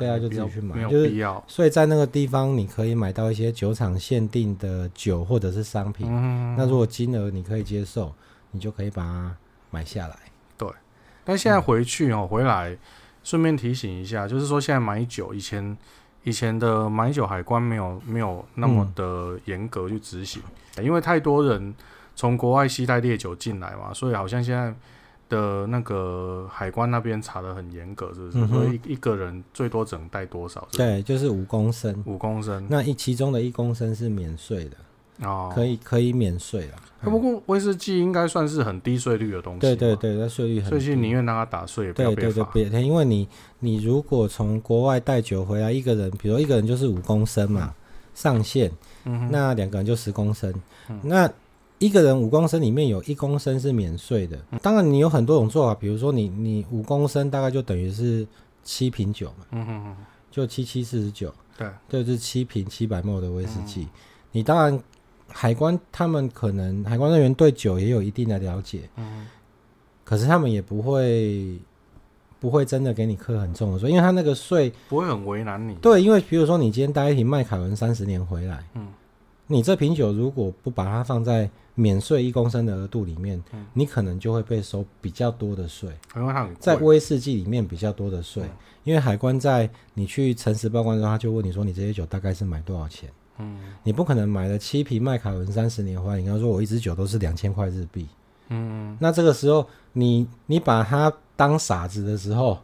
Speaker 1: 没有必要，
Speaker 2: 所以在那个地方你可以买到一些酒厂限定的酒或者是商品。
Speaker 1: 嗯，
Speaker 2: 那如果金额你可以接受，你就可以把它买下
Speaker 1: 嗯
Speaker 2: 来。
Speaker 1: 但现在回去哦，回来顺便提醒一下，就是说现在买酒，以前以前的买酒海关没有没有那么的严格去执行，因为太多人从国外携带烈酒进来嘛，所以好像现在的那个海关那边查的很严格，是不
Speaker 2: 嗯
Speaker 1: 是？
Speaker 2: 哼
Speaker 1: 所以一一个人最多只能带多少？是不是
Speaker 2: 对，就是五公升，
Speaker 1: 五公升
Speaker 2: 那一其中的一公升是免税的，
Speaker 1: 哦，
Speaker 2: 可以可以免税啦。
Speaker 1: 啊。
Speaker 2: 嗯
Speaker 1: 不过威士忌应该算是很低税率的东西，
Speaker 2: 对对，对，那税率很
Speaker 1: 所以
Speaker 2: 低。
Speaker 1: 其实宁愿让他打碎，也不要
Speaker 2: 对
Speaker 1: 被
Speaker 2: 对对，
Speaker 1: 罚。
Speaker 2: 别因为你你如果从国外带酒回来，一个人，比如一个人就是五公升嘛，上限，
Speaker 1: 嗯哼，嗯
Speaker 2: 那两个人就十公升，那一个人五公升里面有一公升是免税的。
Speaker 1: 嗯
Speaker 2: 当然，你有很多种做法，比如说你你五公升大概就等于是七瓶酒嘛，
Speaker 1: 嗯哼哼，
Speaker 2: 就七七四十九，
Speaker 1: 对，嗯
Speaker 2: 对，就是七瓶七百 ml 的威士忌。你当然海关他们可能海关人员对酒也有一定的了解，
Speaker 1: 嗯
Speaker 2: 可是他们也不会不会真的给你课很重的税，因为他那个税
Speaker 1: 哼，不会很为难你。
Speaker 2: 对，因为比如说你今天带一瓶麦卡伦三十年回来，
Speaker 1: 嗯，
Speaker 2: 你这瓶酒如果不把它放在免税一公升的额度里面，
Speaker 1: 嗯
Speaker 2: 你可能就会被收比较多的税，
Speaker 1: 因为它很贵
Speaker 2: 在威士忌里面比较多的税，
Speaker 1: 嗯
Speaker 2: 因为海关在你去诚实报关的时候，他就问你说你这些酒大概是买多少钱，
Speaker 1: 嗯
Speaker 2: 你不可能买了七瓶麦卡伦三十年回来，你跟他说我一支酒都是两千块日币，
Speaker 1: 嗯，
Speaker 2: 那这个时候你你把它当傻子的时候，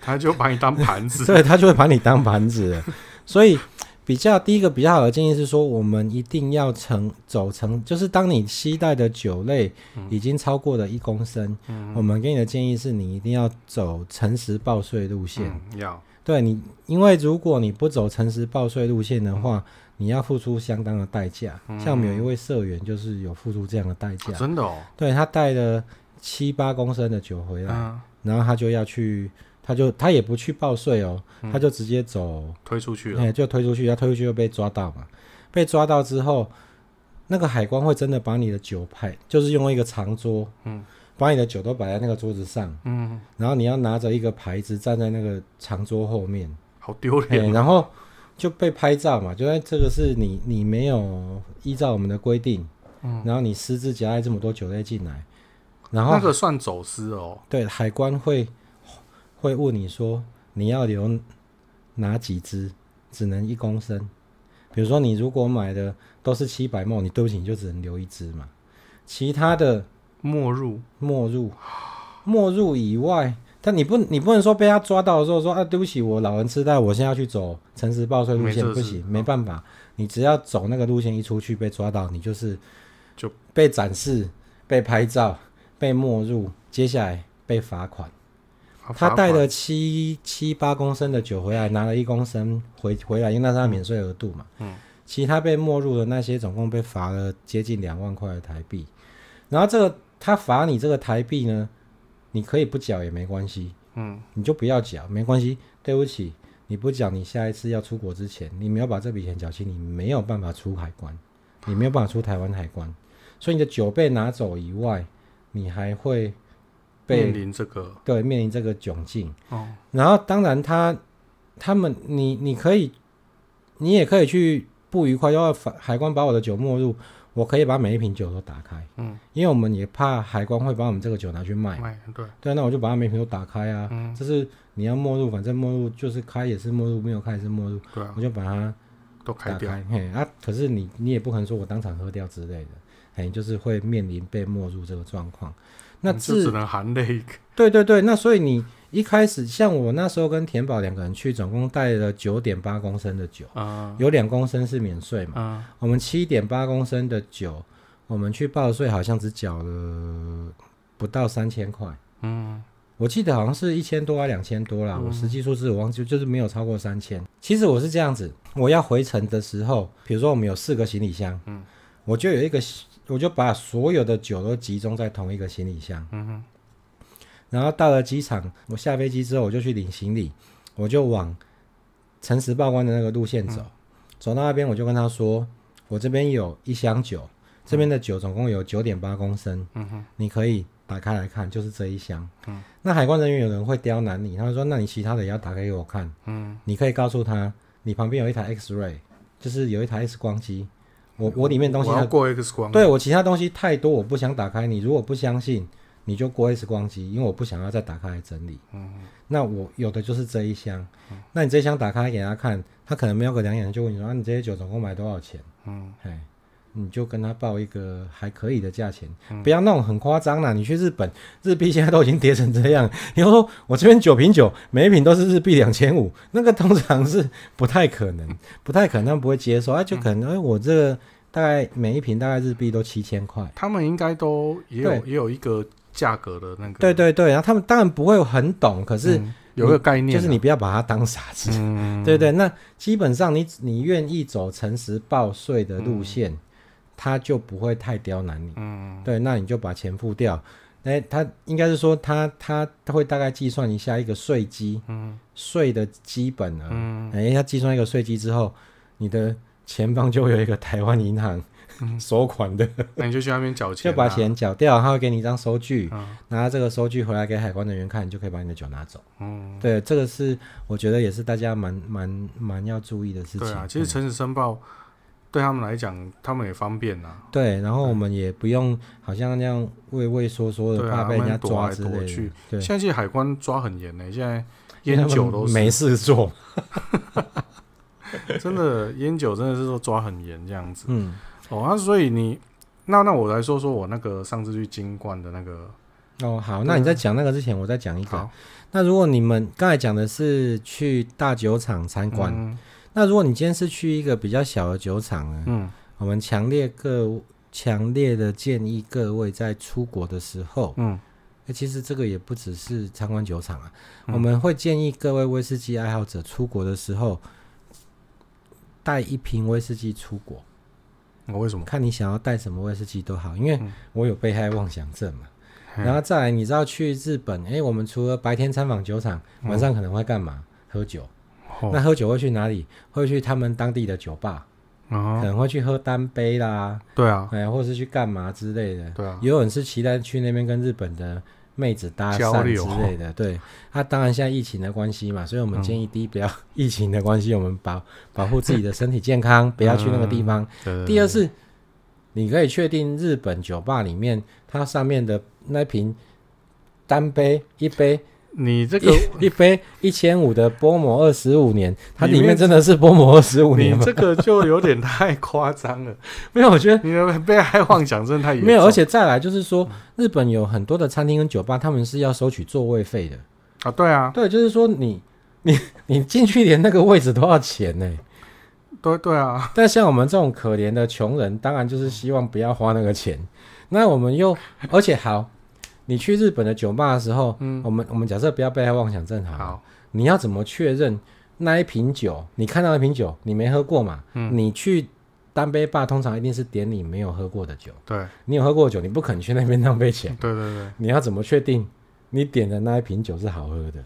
Speaker 1: 他就把你当盘子。
Speaker 2: [laughs] 对他就会把你当盘子了。 [laughs] 所以比较第一个比较好的建议是说，我们一定要成走成，就是当你期待的酒类已经超过了一公升，我们给你的建议是你一定要走诚实报税路线。
Speaker 1: 嗯，要
Speaker 2: 对你，因为如果你不走诚实报税路线的话，你要付出相当的代价。像我们有一位社员就是有付出这样的代价，
Speaker 1: 真的哦，
Speaker 2: 对他带了七八公升的酒回来，
Speaker 1: 嗯，
Speaker 2: 然后他就要去，他就他也不去报税哦，他就直接走，
Speaker 1: 推出嗯去
Speaker 2: 哎、
Speaker 1: 了。
Speaker 2: 就推出去，他推出去就被抓到嘛。被抓到之后，那个海关会真的把你的酒牌，就是用一个长桌，
Speaker 1: 嗯，
Speaker 2: 把你的酒都摆在那个桌子上，
Speaker 1: 嗯，
Speaker 2: 然后你要拿着一个牌子站在那个长桌后面，
Speaker 1: 好丢
Speaker 2: 哎、
Speaker 1: 脸。
Speaker 2: 然后就被拍照嘛，就在这个是你你没有依照我们的规定，
Speaker 1: 嗯，
Speaker 2: 然后你私自夹带这么多酒类进来，然后
Speaker 1: 那个算走私哦。
Speaker 2: 对，海关会会问你说你要留哪几只，只能一公升。比如说你如果买的都是七百沫，你对不起，你就只能留一只嘛。其他的
Speaker 1: 没入，
Speaker 2: 没入，没入以外，但你不你不能说被他抓到的时候说啊，对不起，我老人痴呆，我现在要去走诚实报税路
Speaker 1: 没
Speaker 2: 线，
Speaker 1: 这
Speaker 2: 不
Speaker 1: 事嗯
Speaker 2: 行，没办法，你只要走那个路线一出去被抓到，你就是
Speaker 1: 就
Speaker 2: 被展示、被拍照、被没入，接下来被罚款。
Speaker 1: 啊
Speaker 2: 他
Speaker 1: 罚
Speaker 2: 带
Speaker 1: 款
Speaker 2: 了七七八公升的酒回来，拿了一公升回回来，因为那是他免税额度嘛。
Speaker 1: 嗯，
Speaker 2: 其他被没入的那些，总共被罚了接近两万块的台币。然后这个他罚你这个台币呢，你可以不缴也没关系，
Speaker 1: 嗯，
Speaker 2: 你就不要缴，没关系。对不起，你不缴，你下一次要出国之前，你没有把这笔钱缴清，你没有办法出海关，你没有办法出台湾海关，所以你的酒被拿走以外，你还会被
Speaker 1: 面临这个
Speaker 2: 对面临这个窘境。
Speaker 1: 哦，
Speaker 2: 然后当然他他们你你可以，你也可以去不愉快，要海海关把我的酒没入，我可以把每一瓶酒都打开，
Speaker 1: 嗯，
Speaker 2: 因为我们也怕海关会把我们这个酒拿去卖。
Speaker 1: 卖对，
Speaker 2: 对，那我就把它每一瓶都打开啊，
Speaker 1: 嗯，
Speaker 2: 就是你要没入，反正没入就是开也是没入，没有开也是没入，
Speaker 1: 对啊
Speaker 2: 我，就把它
Speaker 1: 都开
Speaker 2: 打
Speaker 1: 掉，
Speaker 2: 开。嘿啊，可是你你也不可能说我当场喝掉之类的，哎，就是会面临被没入这个状况。那
Speaker 1: 你嗯
Speaker 2: 至
Speaker 1: 就只能含泪。
Speaker 2: 对对对，那所以你一开始像我那时候跟田宝两个人去，总共带了九点八公升的酒，
Speaker 1: 嗯
Speaker 2: 有两公升是免税嘛。
Speaker 1: 嗯，
Speaker 2: 我们七点八公升的酒，我们去报税好像只缴了不到三千块。
Speaker 1: 嗯，
Speaker 2: 我记得好像是一千多啊，两千多啦。我实际数字我忘记，就是没有超过三千。其实我是这样子，我要回程的时候，比如说我们有四个行李箱，嗯，我就有一个，我就把所有的酒都集中在同一个行李箱，嗯然后到了机场，我下飞机之后，我就去领行李，我就往诚实报关的那个路线走。走到那边，我就跟他说，我这边有一箱酒，这边的酒总共有九点八公升，嗯哼，嗯你可以打开来看，就是这一箱。那海关人员有人会刁难你，他会说：“那你其他的也要打开给我看。”嗯，你可以告诉他，你旁边有一台 X-ray，就是有一台 X 光机。我我里面东西
Speaker 1: 我
Speaker 2: 太
Speaker 1: 要过 X 光，
Speaker 2: 对我其他东西太多，我不想打开。你如果不相信，你就过 X 光机，因为我不想要再打开来整理。嗯，那我有的就是这一箱，那你这一箱打开给他看，他可能没有个两眼就问你说：“啊，你这些酒总共买多少钱？”嗯，哎，你就跟他报一个还可以的价钱，不要那种很夸张啦。你去日本，日币现在都已经跌成这样， [laughs] 你要说我这边九瓶酒，每一瓶都是日币两千五，那个通常是不太可能，不太可能他们不会接受啊，就可能、哎我这个大概每一瓶大概日币都七千块。
Speaker 1: 他们应该都也有也有一个价格的那个，
Speaker 2: 对对对，然后他们当然不会很懂，可是
Speaker 1: 嗯有一个概念啊，
Speaker 2: 就是你不要把它当傻子，
Speaker 1: 嗯，
Speaker 2: [laughs] 对对，那基本上你你愿意走诚实报税的路线，他就不会太刁难你。
Speaker 1: 嗯，
Speaker 2: 对，那你就把钱付掉。那他应该是说他他他会大概计算一下一个税基，
Speaker 1: 嗯，
Speaker 2: 税的基本额。
Speaker 1: 嗯
Speaker 2: 哎，他计算一个税基之后，你的前方就会有一个台湾银行
Speaker 1: 嗯
Speaker 2: [laughs] 收款的，
Speaker 1: 那你就去那边缴钱
Speaker 2: 就
Speaker 1: 啊，
Speaker 2: 把钱缴掉，他会给你一张收据，
Speaker 1: 嗯
Speaker 2: 拿这个收据回来给海关人员看，你就可以把你的酒拿走。
Speaker 1: 嗯，
Speaker 2: 对，这个是我觉得也是大家蛮蛮蛮要注意的事情。嗯
Speaker 1: 对啊，其实诚实申报对他们来讲，他们也方便啊呐，
Speaker 2: 对，然后我们也不用好像那样畏畏缩缩的，
Speaker 1: 对啊
Speaker 2: 怕被人
Speaker 1: 慢
Speaker 2: 家
Speaker 1: 慢躲
Speaker 2: 抓
Speaker 1: 来
Speaker 2: 之
Speaker 1: 躲
Speaker 2: 类
Speaker 1: 去
Speaker 2: 的。对，
Speaker 1: 现在其实海关抓很严呢，现在
Speaker 2: 因
Speaker 1: 烟
Speaker 2: 为他们
Speaker 1: 酒都是
Speaker 2: 没事做。
Speaker 1: [laughs] 真的烟酒真的是说抓很严这样子
Speaker 2: 嗯，
Speaker 1: 哦，那所以你那那我来说说我那个上次去金冠的那个
Speaker 2: 哦，好，那你在讲那个之前，我再讲一个
Speaker 1: 好。
Speaker 2: 那如果你们刚才讲的是去大酒厂参观，
Speaker 1: 嗯
Speaker 2: 那如果你今天是去一个比较小的酒厂啊呢，
Speaker 1: 嗯
Speaker 2: 我们强烈各强烈的建议各位在出国的时候，
Speaker 1: 嗯
Speaker 2: 欸其实这个也不只是参观酒厂啊，
Speaker 1: 嗯
Speaker 2: 我们会建议各位威士忌爱好者出国的时候，带一瓶威士忌出国，
Speaker 1: 我嗯哦为什么？
Speaker 2: 看你想要带什么威士忌都好，因为
Speaker 1: 嗯
Speaker 2: 我有被害妄想症嘛。然后再来，你知道去日本，哎、我们除了白天参访酒厂，晚上可能会干嘛？喝酒。
Speaker 1: 哦
Speaker 2: 那喝酒会去哪里？会去他们当地的酒吧，可
Speaker 1: 哦，
Speaker 2: 能会去喝单杯啦，
Speaker 1: 对啊
Speaker 2: 哎呀，或是去干嘛之类的。
Speaker 1: 对啊，
Speaker 2: 也有人是期待去那边跟日本的妹子搭
Speaker 1: 交
Speaker 2: 讪
Speaker 1: 流
Speaker 2: 之类的。对，那、当然现在疫情的关系嘛，所以我们建议第一不
Speaker 1: 嗯
Speaker 2: 要 [laughs] 疫情的关系，我们保保护自己的身体健
Speaker 1: [laughs]
Speaker 2: 康，不要去那个地方。
Speaker 1: 嗯对
Speaker 2: 第二是，你可以确定日本酒吧里面它上面的那瓶单杯一杯
Speaker 1: 你这个
Speaker 2: [laughs] 一一杯一千五的波摩二十五年，它
Speaker 1: 里
Speaker 2: 里
Speaker 1: 面
Speaker 2: 面真的是波摩二十五
Speaker 1: 你
Speaker 2: 年吗？
Speaker 1: 这个就有点太夸张了， [laughs]
Speaker 2: 没有，我觉得。
Speaker 1: 你的被害妄想症太严重
Speaker 2: 没有，而且再来就是说，日本有很多的餐厅跟酒吧，他们是要收取座位费的。
Speaker 1: 啊，对啊，
Speaker 2: 对，就是说你你你进去连那个位置都要钱呢。
Speaker 1: 对对啊，
Speaker 2: 但像我们这种可怜的穷人，当然就是希望不要花那个钱。那我们又而且好，你去日本的酒吧的时候，
Speaker 1: 嗯
Speaker 2: 我们我们假设不要被害妄想症好了，
Speaker 1: 好，
Speaker 2: 你要怎么确认那一瓶酒？你看到一瓶酒，你没喝过嘛？
Speaker 1: 嗯
Speaker 2: 你去单杯吧，通常一定是点你没有喝过的酒。
Speaker 1: 对
Speaker 2: 你有喝过的酒，你不肯去那边浪费钱。
Speaker 1: 对对对，
Speaker 2: 你要怎么确定你点的那一瓶酒是好喝的？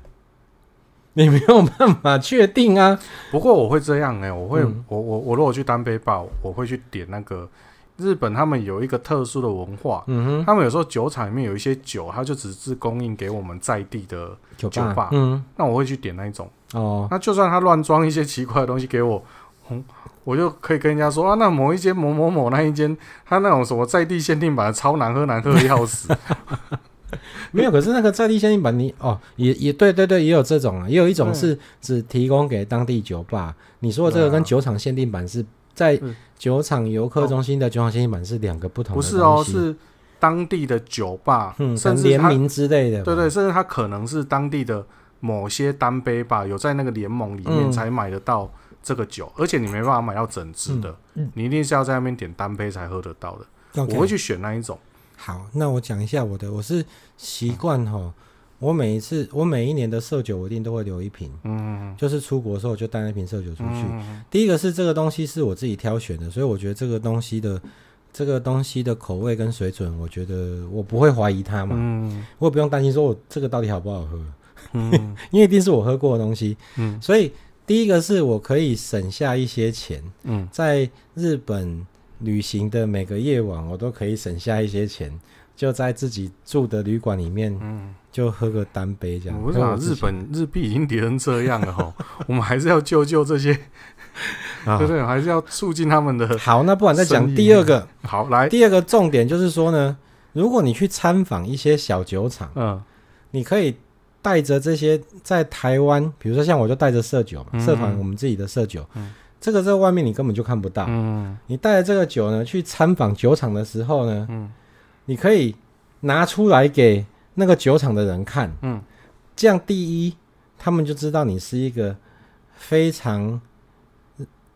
Speaker 2: 你没有办法确定啊。
Speaker 1: 不过我会这样哎、我会、
Speaker 2: 嗯
Speaker 1: 我我我如果去单杯吧，我会去点那个日本他们有一个特殊的文化，
Speaker 2: 嗯
Speaker 1: 他们有时候酒厂里面有一些酒，它就只是供应给我们在地的，
Speaker 2: 哼，酒
Speaker 1: 吧
Speaker 2: 嗯，
Speaker 1: 那我会去点那一种。
Speaker 2: 哦，
Speaker 1: 那就算他乱装一些奇怪的东西给我，嗯，我就可以跟人家说啊，那某一间某某某那一间，他那种什么在地限定版的超难喝，难喝的要
Speaker 2: [laughs]
Speaker 1: 死。
Speaker 2: 没有。可是那个在地限定版你，哦，也也对对对，也有这种啊，也有一种
Speaker 1: 对
Speaker 2: 是只提供给当地酒吧。你说的这个
Speaker 1: 对啊
Speaker 2: 跟酒厂限定版是在
Speaker 1: 嗯
Speaker 2: 酒厂游客中心的酒厂限定版是两个不同
Speaker 1: 不
Speaker 2: 的
Speaker 1: 是
Speaker 2: 东
Speaker 1: 哦，
Speaker 2: 西
Speaker 1: 是当地的酒吧，
Speaker 2: 嗯，
Speaker 1: 甚
Speaker 2: 跟
Speaker 1: 至
Speaker 2: 联
Speaker 1: 他
Speaker 2: 名之类的。
Speaker 1: 对对，甚至它可能是当地的某些单杯吧，有在那个联盟里面
Speaker 2: 嗯
Speaker 1: 才买得到这个酒，而且你没办法买到整支的，你一定是要在那边点单杯才喝得到的。
Speaker 2: 嗯 OK，
Speaker 1: 我会去选那一种，
Speaker 2: 好，那我讲一下我的，我是习惯哈，我每一次我每一年的色酒，我一定都会留一瓶，
Speaker 1: 嗯，
Speaker 2: 就是出国的时候我就带那瓶色酒出去。
Speaker 1: 嗯
Speaker 2: 第一个是这个东西是我自己挑选的，所以我觉得这个东西的这个东西的口味跟水准，我觉得我不会怀疑它嘛，
Speaker 1: 嗯
Speaker 2: 我也不用担心说我这个到底好不好喝，
Speaker 1: 嗯
Speaker 2: 因为一定是我喝过的东西， [laughs]
Speaker 1: 嗯
Speaker 2: 所以第一个是我可以省下一些钱，
Speaker 1: 嗯，
Speaker 2: 在日本旅行的每个夜晚，我都可以省下一些钱，就在自己住的旅馆里面，
Speaker 1: 嗯
Speaker 2: 就喝个单杯这样。
Speaker 1: 我想
Speaker 2: 喝自
Speaker 1: 日
Speaker 2: 己
Speaker 1: 本日币已经跌成这样了
Speaker 2: [laughs]
Speaker 1: 哈，我们还是要救救这些，
Speaker 2: 啊
Speaker 1: 对不对？还是要促进他们
Speaker 2: [laughs]
Speaker 1: 的
Speaker 2: 好，那不然再
Speaker 1: 生
Speaker 2: 讲
Speaker 1: 意
Speaker 2: 第二个，
Speaker 1: 好来，
Speaker 2: 第二个重点就是说呢，如果你去参访一些小酒厂，
Speaker 1: 嗯
Speaker 2: 你可以带着这些在台湾，比如说像我就带着社酒嘛，
Speaker 1: 嗯
Speaker 2: 社团我们自己的社酒，
Speaker 1: 嗯
Speaker 2: 这个在外面你根本就看不到。
Speaker 1: 嗯
Speaker 2: 你带着这个酒呢去参访酒厂的时候呢，
Speaker 1: 嗯
Speaker 2: 你可以拿出来给那个酒厂的人看，
Speaker 1: 嗯，
Speaker 2: 这样第一，他们就知道你是一个非常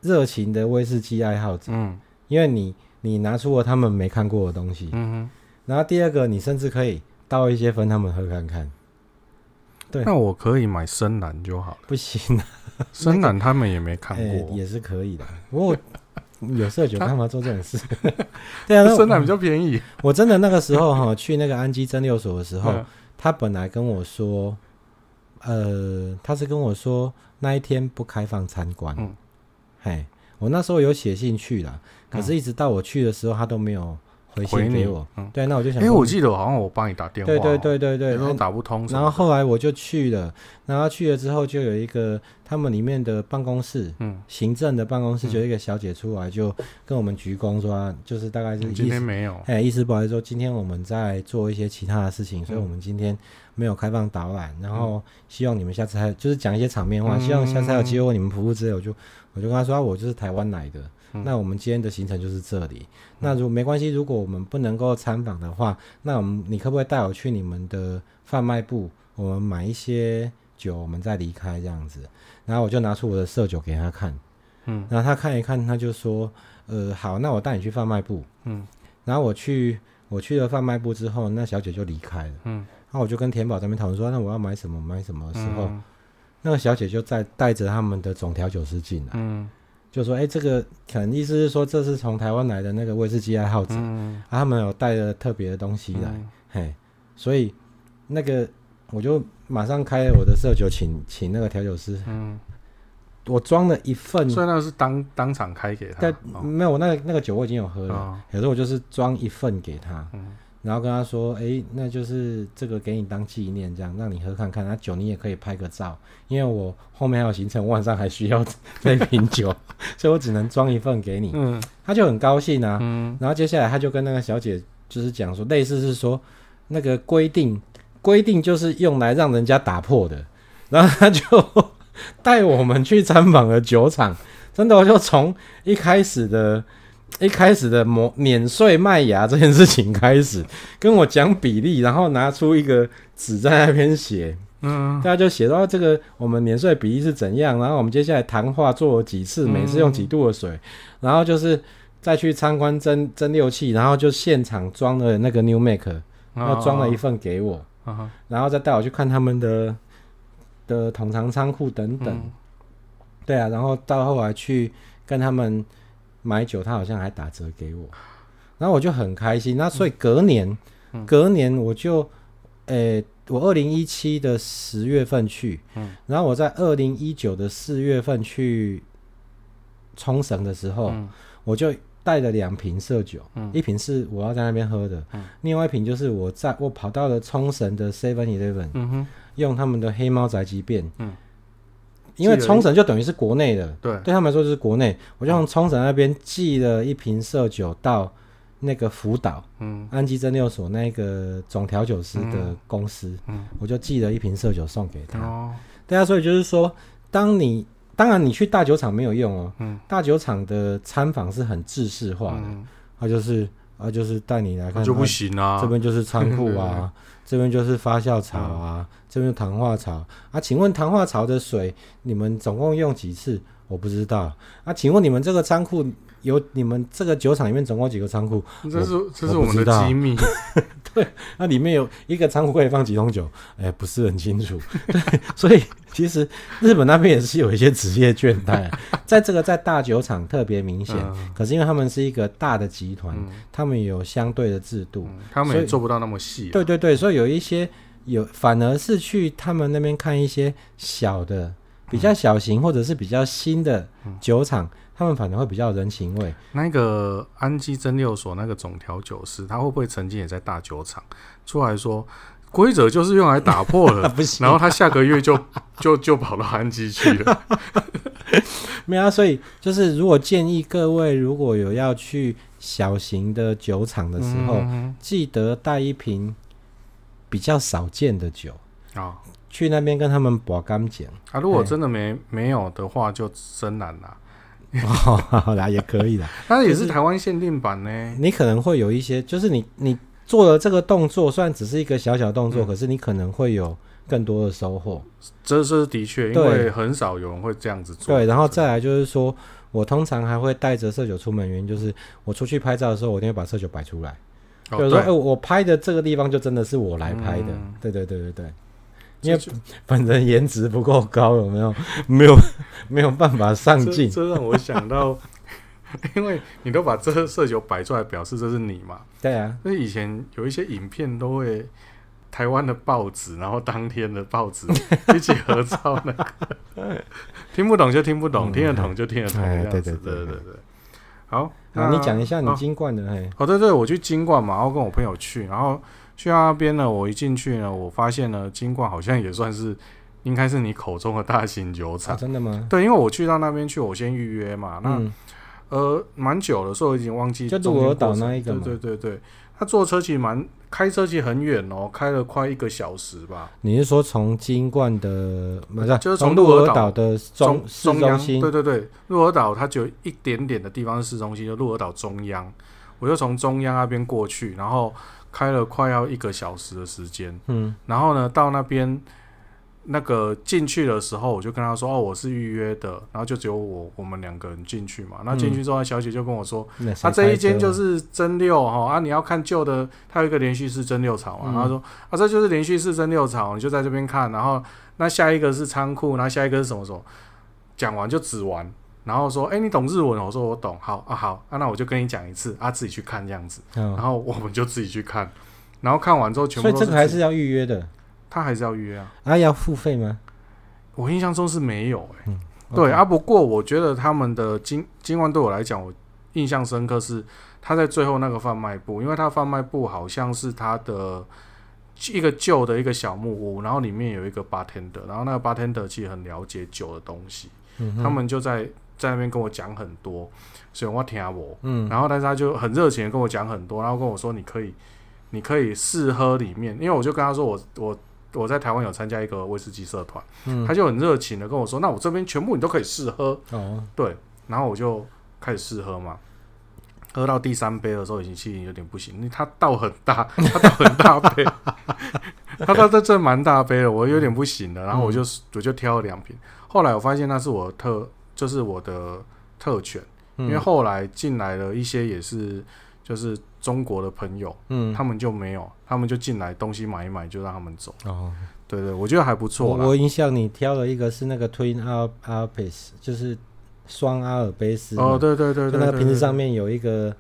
Speaker 2: 热情的威士忌爱好者，
Speaker 1: 嗯
Speaker 2: 因为你你拿出了他们没看过的东西。
Speaker 1: 嗯
Speaker 2: 然后第二个，你甚至可以倒一些分他们喝看看，
Speaker 1: 哼，
Speaker 2: 对
Speaker 1: 那我可以买深蓝就好了，
Speaker 2: 不行啊，
Speaker 1: 深蓝他们也没看
Speaker 2: 哎
Speaker 1: 过，
Speaker 2: 也是可以的。不过
Speaker 1: [laughs]
Speaker 2: 有时候酒干嘛做这种事？ [laughs] 对啊，那
Speaker 1: 深
Speaker 2: 我
Speaker 1: 蓝比较便宜。
Speaker 2: 我真的那个时候哈，去那个安基蒸馏所的时候，
Speaker 1: 嗯
Speaker 2: 他本来跟我说，呃，他是跟我说那一天不开放参观。
Speaker 1: 嗯
Speaker 2: 嘿，我那时候有写信去啦，可是一直到我去的时候，他都没有回
Speaker 1: 回
Speaker 2: 信
Speaker 1: 你
Speaker 2: 给我。
Speaker 1: 嗯
Speaker 2: 对，那我就想
Speaker 1: 哎、
Speaker 2: 说，
Speaker 1: 我记得好像我帮你打电话哦、
Speaker 2: 对对对对对，
Speaker 1: 有时候
Speaker 2: 啊
Speaker 1: 打不通什么的，
Speaker 2: 然后后来我就去了，然后去了之后就有一个他们里面的办公室，
Speaker 1: 嗯，
Speaker 2: 行政的办公室，就有一个小姐出来就跟我们鞠躬说啊，就是大概是
Speaker 1: 你
Speaker 2: 意
Speaker 1: 嗯今
Speaker 2: 思
Speaker 1: 天没有，
Speaker 2: 哎，意思不好意思说，今天我们在做一些其他的事情，所以我们今天没有开放导览。然后希望你们下次还就是讲一些场面话，希望下次还有机会为你们服务之类。我就我就跟他说、啊我就是台湾来的，那我们今天的行程就是这里。那如果没关系，如果我们不能够参访的话，那我们你可不可以带我去你们的贩卖部，我们买一些酒，我们再离开这样子？然后我就拿出我的色酒给他看，
Speaker 1: 嗯，
Speaker 2: 然后他看一看，他就说，呃，好，那我带你去贩卖部，
Speaker 1: 嗯，
Speaker 2: 然后我去我去了贩卖部之后，那小姐就离开了，
Speaker 1: 嗯，
Speaker 2: 然后我就跟田宝这边讨论说，那我要买什么买什么的时候，
Speaker 1: 嗯
Speaker 2: 那个小姐就在带着他们的总调酒师进来，
Speaker 1: 嗯
Speaker 2: 就说，哎，这个可能意思是说这是从台湾来的那个威士忌爱好者，
Speaker 1: 嗯，
Speaker 2: 啊，他们有带着特别的东西来，
Speaker 1: 嗯
Speaker 2: 嘿，所以那个我就马上开了我的色酒，请请那个调酒师，
Speaker 1: 嗯，
Speaker 2: 我装了一份，
Speaker 1: 所以那个是当当场开给他，
Speaker 2: 但
Speaker 1: 哦
Speaker 2: 没有，我那个那个酒我已经有喝了，
Speaker 1: 哦
Speaker 2: 可是我就是装一份给他，
Speaker 1: 嗯
Speaker 2: 然后跟他说，哎，那就是这个给你当纪念，这样让你喝看看，那酒你也可以拍个照，因为我后面还有行程，晚上还需要那瓶酒， [laughs] 所以我只能装一份给你，
Speaker 1: 嗯
Speaker 2: 他就很高兴啊， [laughs]
Speaker 1: 嗯
Speaker 2: 然后接下来他就跟那个小姐就是讲说，类似是说那个规定，规定就是用来让人家打破的。 [laughs] 然后他就带我们去参访了酒厂，真的，我就从一开始的。一开始的磨碾碎麦芽这件事情开始，跟我讲比例，然后拿出一个纸在那边写，
Speaker 1: 嗯，
Speaker 2: 大家就写啊到这个我们年岁比例是怎样，然后我们接下来糖化做了几次，每次用几度的水，然后就是再去参观蒸蒸馏器，然后就现场装了那个 New Make，然后装了一份给我，
Speaker 1: 哦，哦
Speaker 2: 然后再带我去看他们的的桶仓仓库等等，
Speaker 1: 嗯
Speaker 2: 对啊，然后到后来去跟他们买酒，他好像还打折给我，然后我就很开心。那所以隔年，
Speaker 1: 嗯
Speaker 2: 隔年我就，诶、我二零一七的十月份去，
Speaker 1: 嗯
Speaker 2: 然后我在二零一九的四月份去冲绳的时候，
Speaker 1: 嗯
Speaker 2: 我就带了两瓶色酒，
Speaker 1: 嗯
Speaker 2: 一瓶是我要在那边喝的，
Speaker 1: 嗯
Speaker 2: 另外一瓶就是我在我跑到了冲绳的 Seven Eleven，
Speaker 1: 嗯哼，
Speaker 2: 用他们的黑猫宅急便，
Speaker 1: 嗯
Speaker 2: 因为
Speaker 1: 寄了一嗯
Speaker 2: 冲绳就等于是国内的，
Speaker 1: 对，
Speaker 2: 对他们来说就是国内，我就
Speaker 1: 嗯
Speaker 2: 从冲绳那边寄了一瓶色酒到那个福岛
Speaker 1: 嗯
Speaker 2: 安基蒸馏所那个总调酒师的公司，
Speaker 1: 嗯，
Speaker 2: 我就寄了一瓶色酒送给他。
Speaker 1: 哦，
Speaker 2: 对啊，所以就是说，当你当然你去大酒厂没有用哦，
Speaker 1: 嗯
Speaker 2: 大酒厂的参访是很制式化的，
Speaker 1: 嗯
Speaker 2: 他就是啊就是带你来看
Speaker 1: 那就
Speaker 2: 他
Speaker 1: 不行啊，
Speaker 2: 这边就是仓
Speaker 1: [laughs]
Speaker 2: 库啊，这边就是发酵槽啊，
Speaker 1: 嗯
Speaker 2: 这边糖化槽啊。请问糖化槽的水你们总共用几次？我不知道啊。请问你们这个仓库有你们这个酒厂里面总共几个仓库？
Speaker 1: 这是这是
Speaker 2: 我不
Speaker 1: 我们
Speaker 2: 知
Speaker 1: 的
Speaker 2: 道
Speaker 1: 机密，
Speaker 2: 那啊里面有一个仓库可以放几桶酒？哎，不是很清楚。 [laughs] 对，所以其实日本那边也是有一些职业倦怠，啊
Speaker 1: [laughs]
Speaker 2: 在这个在大酒厂特别明显。
Speaker 1: 嗯
Speaker 2: 可是因为他们是一个大的集团，
Speaker 1: 嗯
Speaker 2: 他们有相对的制度，
Speaker 1: 嗯他们
Speaker 2: 所
Speaker 1: 也
Speaker 2: 以
Speaker 1: 做不到那么细啊，
Speaker 2: 对对对，所以有一些有反而是去他们那边看一些小的、比较小型或者是比较新的酒厂，他们反而会比较有人情味。
Speaker 1: 那个安基蒸馏所那个总调酒师，他会不会曾经也在大酒厂出来说，规则就是用来打破
Speaker 2: 啊，
Speaker 1: 了，
Speaker 2: [laughs] 不行，
Speaker 1: 然后他下个月就 [laughs] 就就跑到安基去了。
Speaker 2: 没有啊，所以就是如果建议各位如果有要去小型的酒厂的时候，
Speaker 1: 嗯
Speaker 2: 记得带一瓶比较少见的酒
Speaker 1: 啊
Speaker 2: 去那边跟他们把干讲。
Speaker 1: 啊，如果
Speaker 2: 对
Speaker 1: 真的没没有的话，就深蓝啦。
Speaker 2: 哦，好啦，也可以啦。
Speaker 1: 它也是台湾限定版呢。
Speaker 2: 你可能会有一些，就是你你做了这个动作，虽然只是一个小小动作，
Speaker 1: 嗯
Speaker 2: 可是你可能会有更多的收获。
Speaker 1: 这这是的确，因
Speaker 2: 对
Speaker 1: 为很少有人会这样子做。
Speaker 2: 对，然后再来就是说，我通常还会带着色酒出门，原因就是我出去拍照的时候，我一定会把色酒摆出来。
Speaker 1: 哦，
Speaker 2: 比
Speaker 1: 对
Speaker 2: 如说，哎、我拍的这个地方就真的是我来拍的。
Speaker 1: 嗯
Speaker 2: 对对对对对，
Speaker 1: 这
Speaker 2: 因为
Speaker 1: 就
Speaker 2: 本人颜值不够高，有没 [laughs] 有？没有没有办法上
Speaker 1: 这
Speaker 2: 镜。
Speaker 1: 这让我想到， [laughs] 因为你都把这色酒摆出来，表示这是你嘛。
Speaker 2: 对啊，
Speaker 1: 所以以前有一些影片都会台湾的报纸，然后当天的报
Speaker 2: [laughs]
Speaker 1: 纸一起合照那个，听不懂就听不懂，
Speaker 2: 嗯
Speaker 1: 听得懂就听得懂，
Speaker 2: 哎
Speaker 1: 这样子。对
Speaker 2: 对对对
Speaker 1: 对对。好，
Speaker 2: 好，
Speaker 1: 那
Speaker 2: 你讲一下你
Speaker 1: 哦
Speaker 2: 金冠的，嘿，
Speaker 1: 哦，对对，我去金冠嘛，然后跟我朋友去，然后去到那边呢，我一进去呢，我发现呢，金冠好像也算是应该是你口中的大型酒
Speaker 2: 啊
Speaker 1: 厂。
Speaker 2: 真的吗？
Speaker 1: 对，因为我去到那边去，我先预约嘛，那、
Speaker 2: 嗯，
Speaker 1: 呃蛮久了，所以我已经忘记
Speaker 2: 就
Speaker 1: 中
Speaker 2: 鹿
Speaker 1: 间
Speaker 2: 儿岛
Speaker 1: 过程
Speaker 2: 那一个嘛
Speaker 1: 对对对对，他坐车其实蛮开车其实很远哦，开了快一个小时吧，
Speaker 2: 你是说从金冠的，不是，
Speaker 1: 就是从
Speaker 2: 从
Speaker 1: 鹿
Speaker 2: 鹿
Speaker 1: 儿
Speaker 2: 儿
Speaker 1: 岛
Speaker 2: 岛的中市
Speaker 1: 中央
Speaker 2: 中心
Speaker 1: 对对对，鹿儿岛它只有一点点的地方是市中心，就鹿儿岛中央，我就从中央那边过去，然后开了快要一个小时的时间。
Speaker 2: 嗯，
Speaker 1: 然后呢，到那边那个进去的时候，我就跟他说：“哦，我是预约的。”然后就只有我我们两个人进去嘛。那进去之后，小姐就跟我说：“
Speaker 2: 那谁
Speaker 1: 啊，这一间
Speaker 2: 开车
Speaker 1: 就
Speaker 2: 啊
Speaker 1: 是蒸馏哈啊，你要看旧的，它有一个连续式蒸馏槽嘛。
Speaker 2: 嗯
Speaker 1: 然后说啊，这就是连续式蒸馏槽，你就在这边看。然后那下一个是仓库，然后下一个是什么什么，讲完就指完。然后说，哎、你懂日文哦？我说我懂，好啊，好啊，那我就跟你讲一次啊，自己去看这样子。
Speaker 2: 嗯
Speaker 1: 然后我们就自己去看，然后看完之后全部
Speaker 2: 所以
Speaker 1: 都
Speaker 2: 这
Speaker 1: 是
Speaker 2: 个还
Speaker 1: 自己
Speaker 2: 是要预约的
Speaker 1: 他还是要预约啊。
Speaker 2: 啊，要付费吗？
Speaker 1: 我印象中是没有哎、
Speaker 2: 嗯
Speaker 1: 对
Speaker 2: OK
Speaker 1: 啊，不过我觉得他们的金金冠对我来讲，我印象深刻是他在最后那个贩卖部，因为他贩卖部好像是他的一个旧的一个小木屋，然后里面有一个 bartender，然后那个 bartender 其实很了解酒的东西，
Speaker 2: 嗯
Speaker 1: 他
Speaker 2: 哼，
Speaker 1: 们就在在那边跟我讲很多，所以我听我，
Speaker 2: 嗯，
Speaker 1: 然后但是他就很热情的跟我讲很多，然后跟我说你可以，你可以试喝里面，因为我就跟他说我我我在台湾有参加一个威士忌社团，
Speaker 2: 嗯
Speaker 1: 他就很热情的跟我说，那我这边全部你都可以试喝，
Speaker 2: 哦，
Speaker 1: 对，然后我就开始试喝嘛。喝到第三杯的时候，已经气有点不行，因为他倒很大，他倒很大杯， [laughs] 他倒这这蛮大杯的，我有点不行了，然后我
Speaker 2: 嗯
Speaker 1: 就、我就挑了两瓶，后来我发现那是我特，就是我的特权。因为
Speaker 2: 嗯
Speaker 1: 后来进来了一些也是就是中国的朋友，
Speaker 2: 嗯，
Speaker 1: 他们就没有，他们就进来东西买一买就让他们走。
Speaker 2: 哦，
Speaker 1: 对对，我觉得还不
Speaker 2: 我
Speaker 1: 错啦。
Speaker 2: 我印象你挑了一个是那个 Twin Al a l p e s 就是双阿尔卑斯嘛
Speaker 1: 哦，，对对对
Speaker 2: 就
Speaker 1: 对，
Speaker 2: 那个瓶子上
Speaker 1: 面，
Speaker 2: 面有一个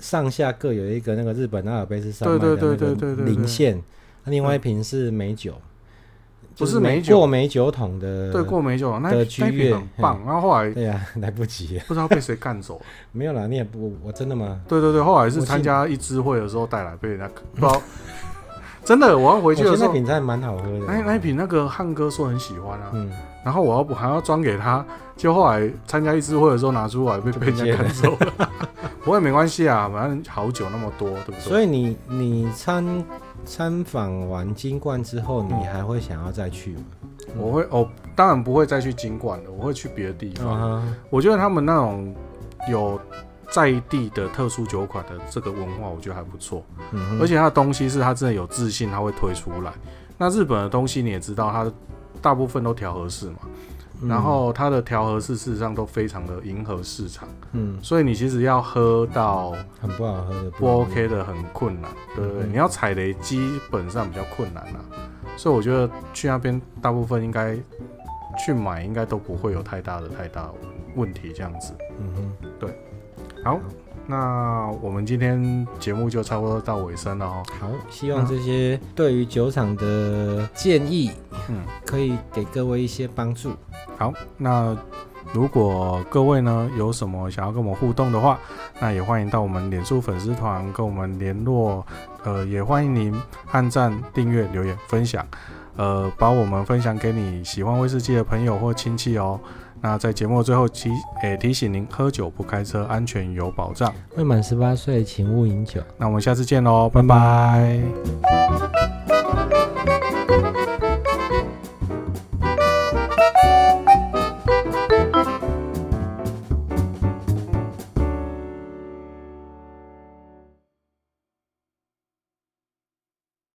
Speaker 2: 上下各有一个那个日本阿尔卑斯山脉
Speaker 1: 对
Speaker 2: 的
Speaker 1: 对对对
Speaker 2: 那
Speaker 1: 对
Speaker 2: 个
Speaker 1: 对对
Speaker 2: 零线，那另外一瓶是美酒，
Speaker 1: 不
Speaker 2: 就是
Speaker 1: 美
Speaker 2: 美
Speaker 1: 酒
Speaker 2: 过美酒桶的，
Speaker 1: 对过美酒那那
Speaker 2: 的
Speaker 1: 一
Speaker 2: 居
Speaker 1: 瓶
Speaker 2: 月
Speaker 1: 很棒，然后后来
Speaker 2: 对呀， [laughs] 来不及，
Speaker 1: 不知道被谁干
Speaker 2: [laughs]
Speaker 1: 走了。
Speaker 2: 没有啦，你也不，我真的吗？
Speaker 1: 对对对，后来是
Speaker 2: 我记
Speaker 1: 参加一支会的时候带来，被人家 [laughs] 不知道。真的，我要
Speaker 2: 我
Speaker 1: 回去
Speaker 2: 觉
Speaker 1: 的
Speaker 2: 得
Speaker 1: 时
Speaker 2: 那
Speaker 1: 候，
Speaker 2: 瓶真的蛮好喝的，
Speaker 1: 那那一瓶那个汉哥说很喜欢啊，
Speaker 2: 嗯，
Speaker 1: 然后我要不还要装给他，就后来参加一次会的时候拿出来被被人家赶走了。
Speaker 2: [laughs]
Speaker 1: 不过也没关系啊，反正好酒那么多，对不对？
Speaker 2: 所以你你参参访完金冠之后，你
Speaker 1: 嗯
Speaker 2: 还会想要再去吗？
Speaker 1: 我会哦，当然不会再去金管了，我会去别的地方。
Speaker 2: 啊，
Speaker 1: 我觉得他们那种有在地的特殊酒款的这个文化，我觉得还不错。
Speaker 2: 嗯哼
Speaker 1: 而且它的东西是它真的有自信，它会推出来。那日本的东西你也知道，它大部分都调和式嘛，
Speaker 2: 嗯
Speaker 1: 然后它的调和式事实上都非常的迎合市场，
Speaker 2: 嗯，
Speaker 1: 所以你其实要喝到
Speaker 2: 很不好喝的，
Speaker 1: 不 OK 的很困难，对不对？
Speaker 2: 嗯
Speaker 1: 你要踩雷基本上比较困难啦、所以我觉得去那边大部分应该去买，应该都不会有太大的太大的问题这样子。
Speaker 2: 嗯哼。
Speaker 1: 好，
Speaker 2: 嗯
Speaker 1: 那我们今天节目就差不多到尾声了哦。
Speaker 2: 好，希望这些对于酒厂的建议，
Speaker 1: 嗯
Speaker 2: 嗯，可以给各位一些帮助。
Speaker 1: 好，那如果各位呢有什么想要跟我们互动的话，那也欢迎到我们脸书粉丝团跟我们联络。呃，也欢迎您按赞、订阅、留言、分享，呃，把我们分享给你喜欢威士忌的朋友或亲戚哦。那在节目的最后提，诶、提醒您喝酒不开车，安全有保障。
Speaker 2: 未满十八岁，请勿饮酒。
Speaker 1: 那我们下次见喽，拜拜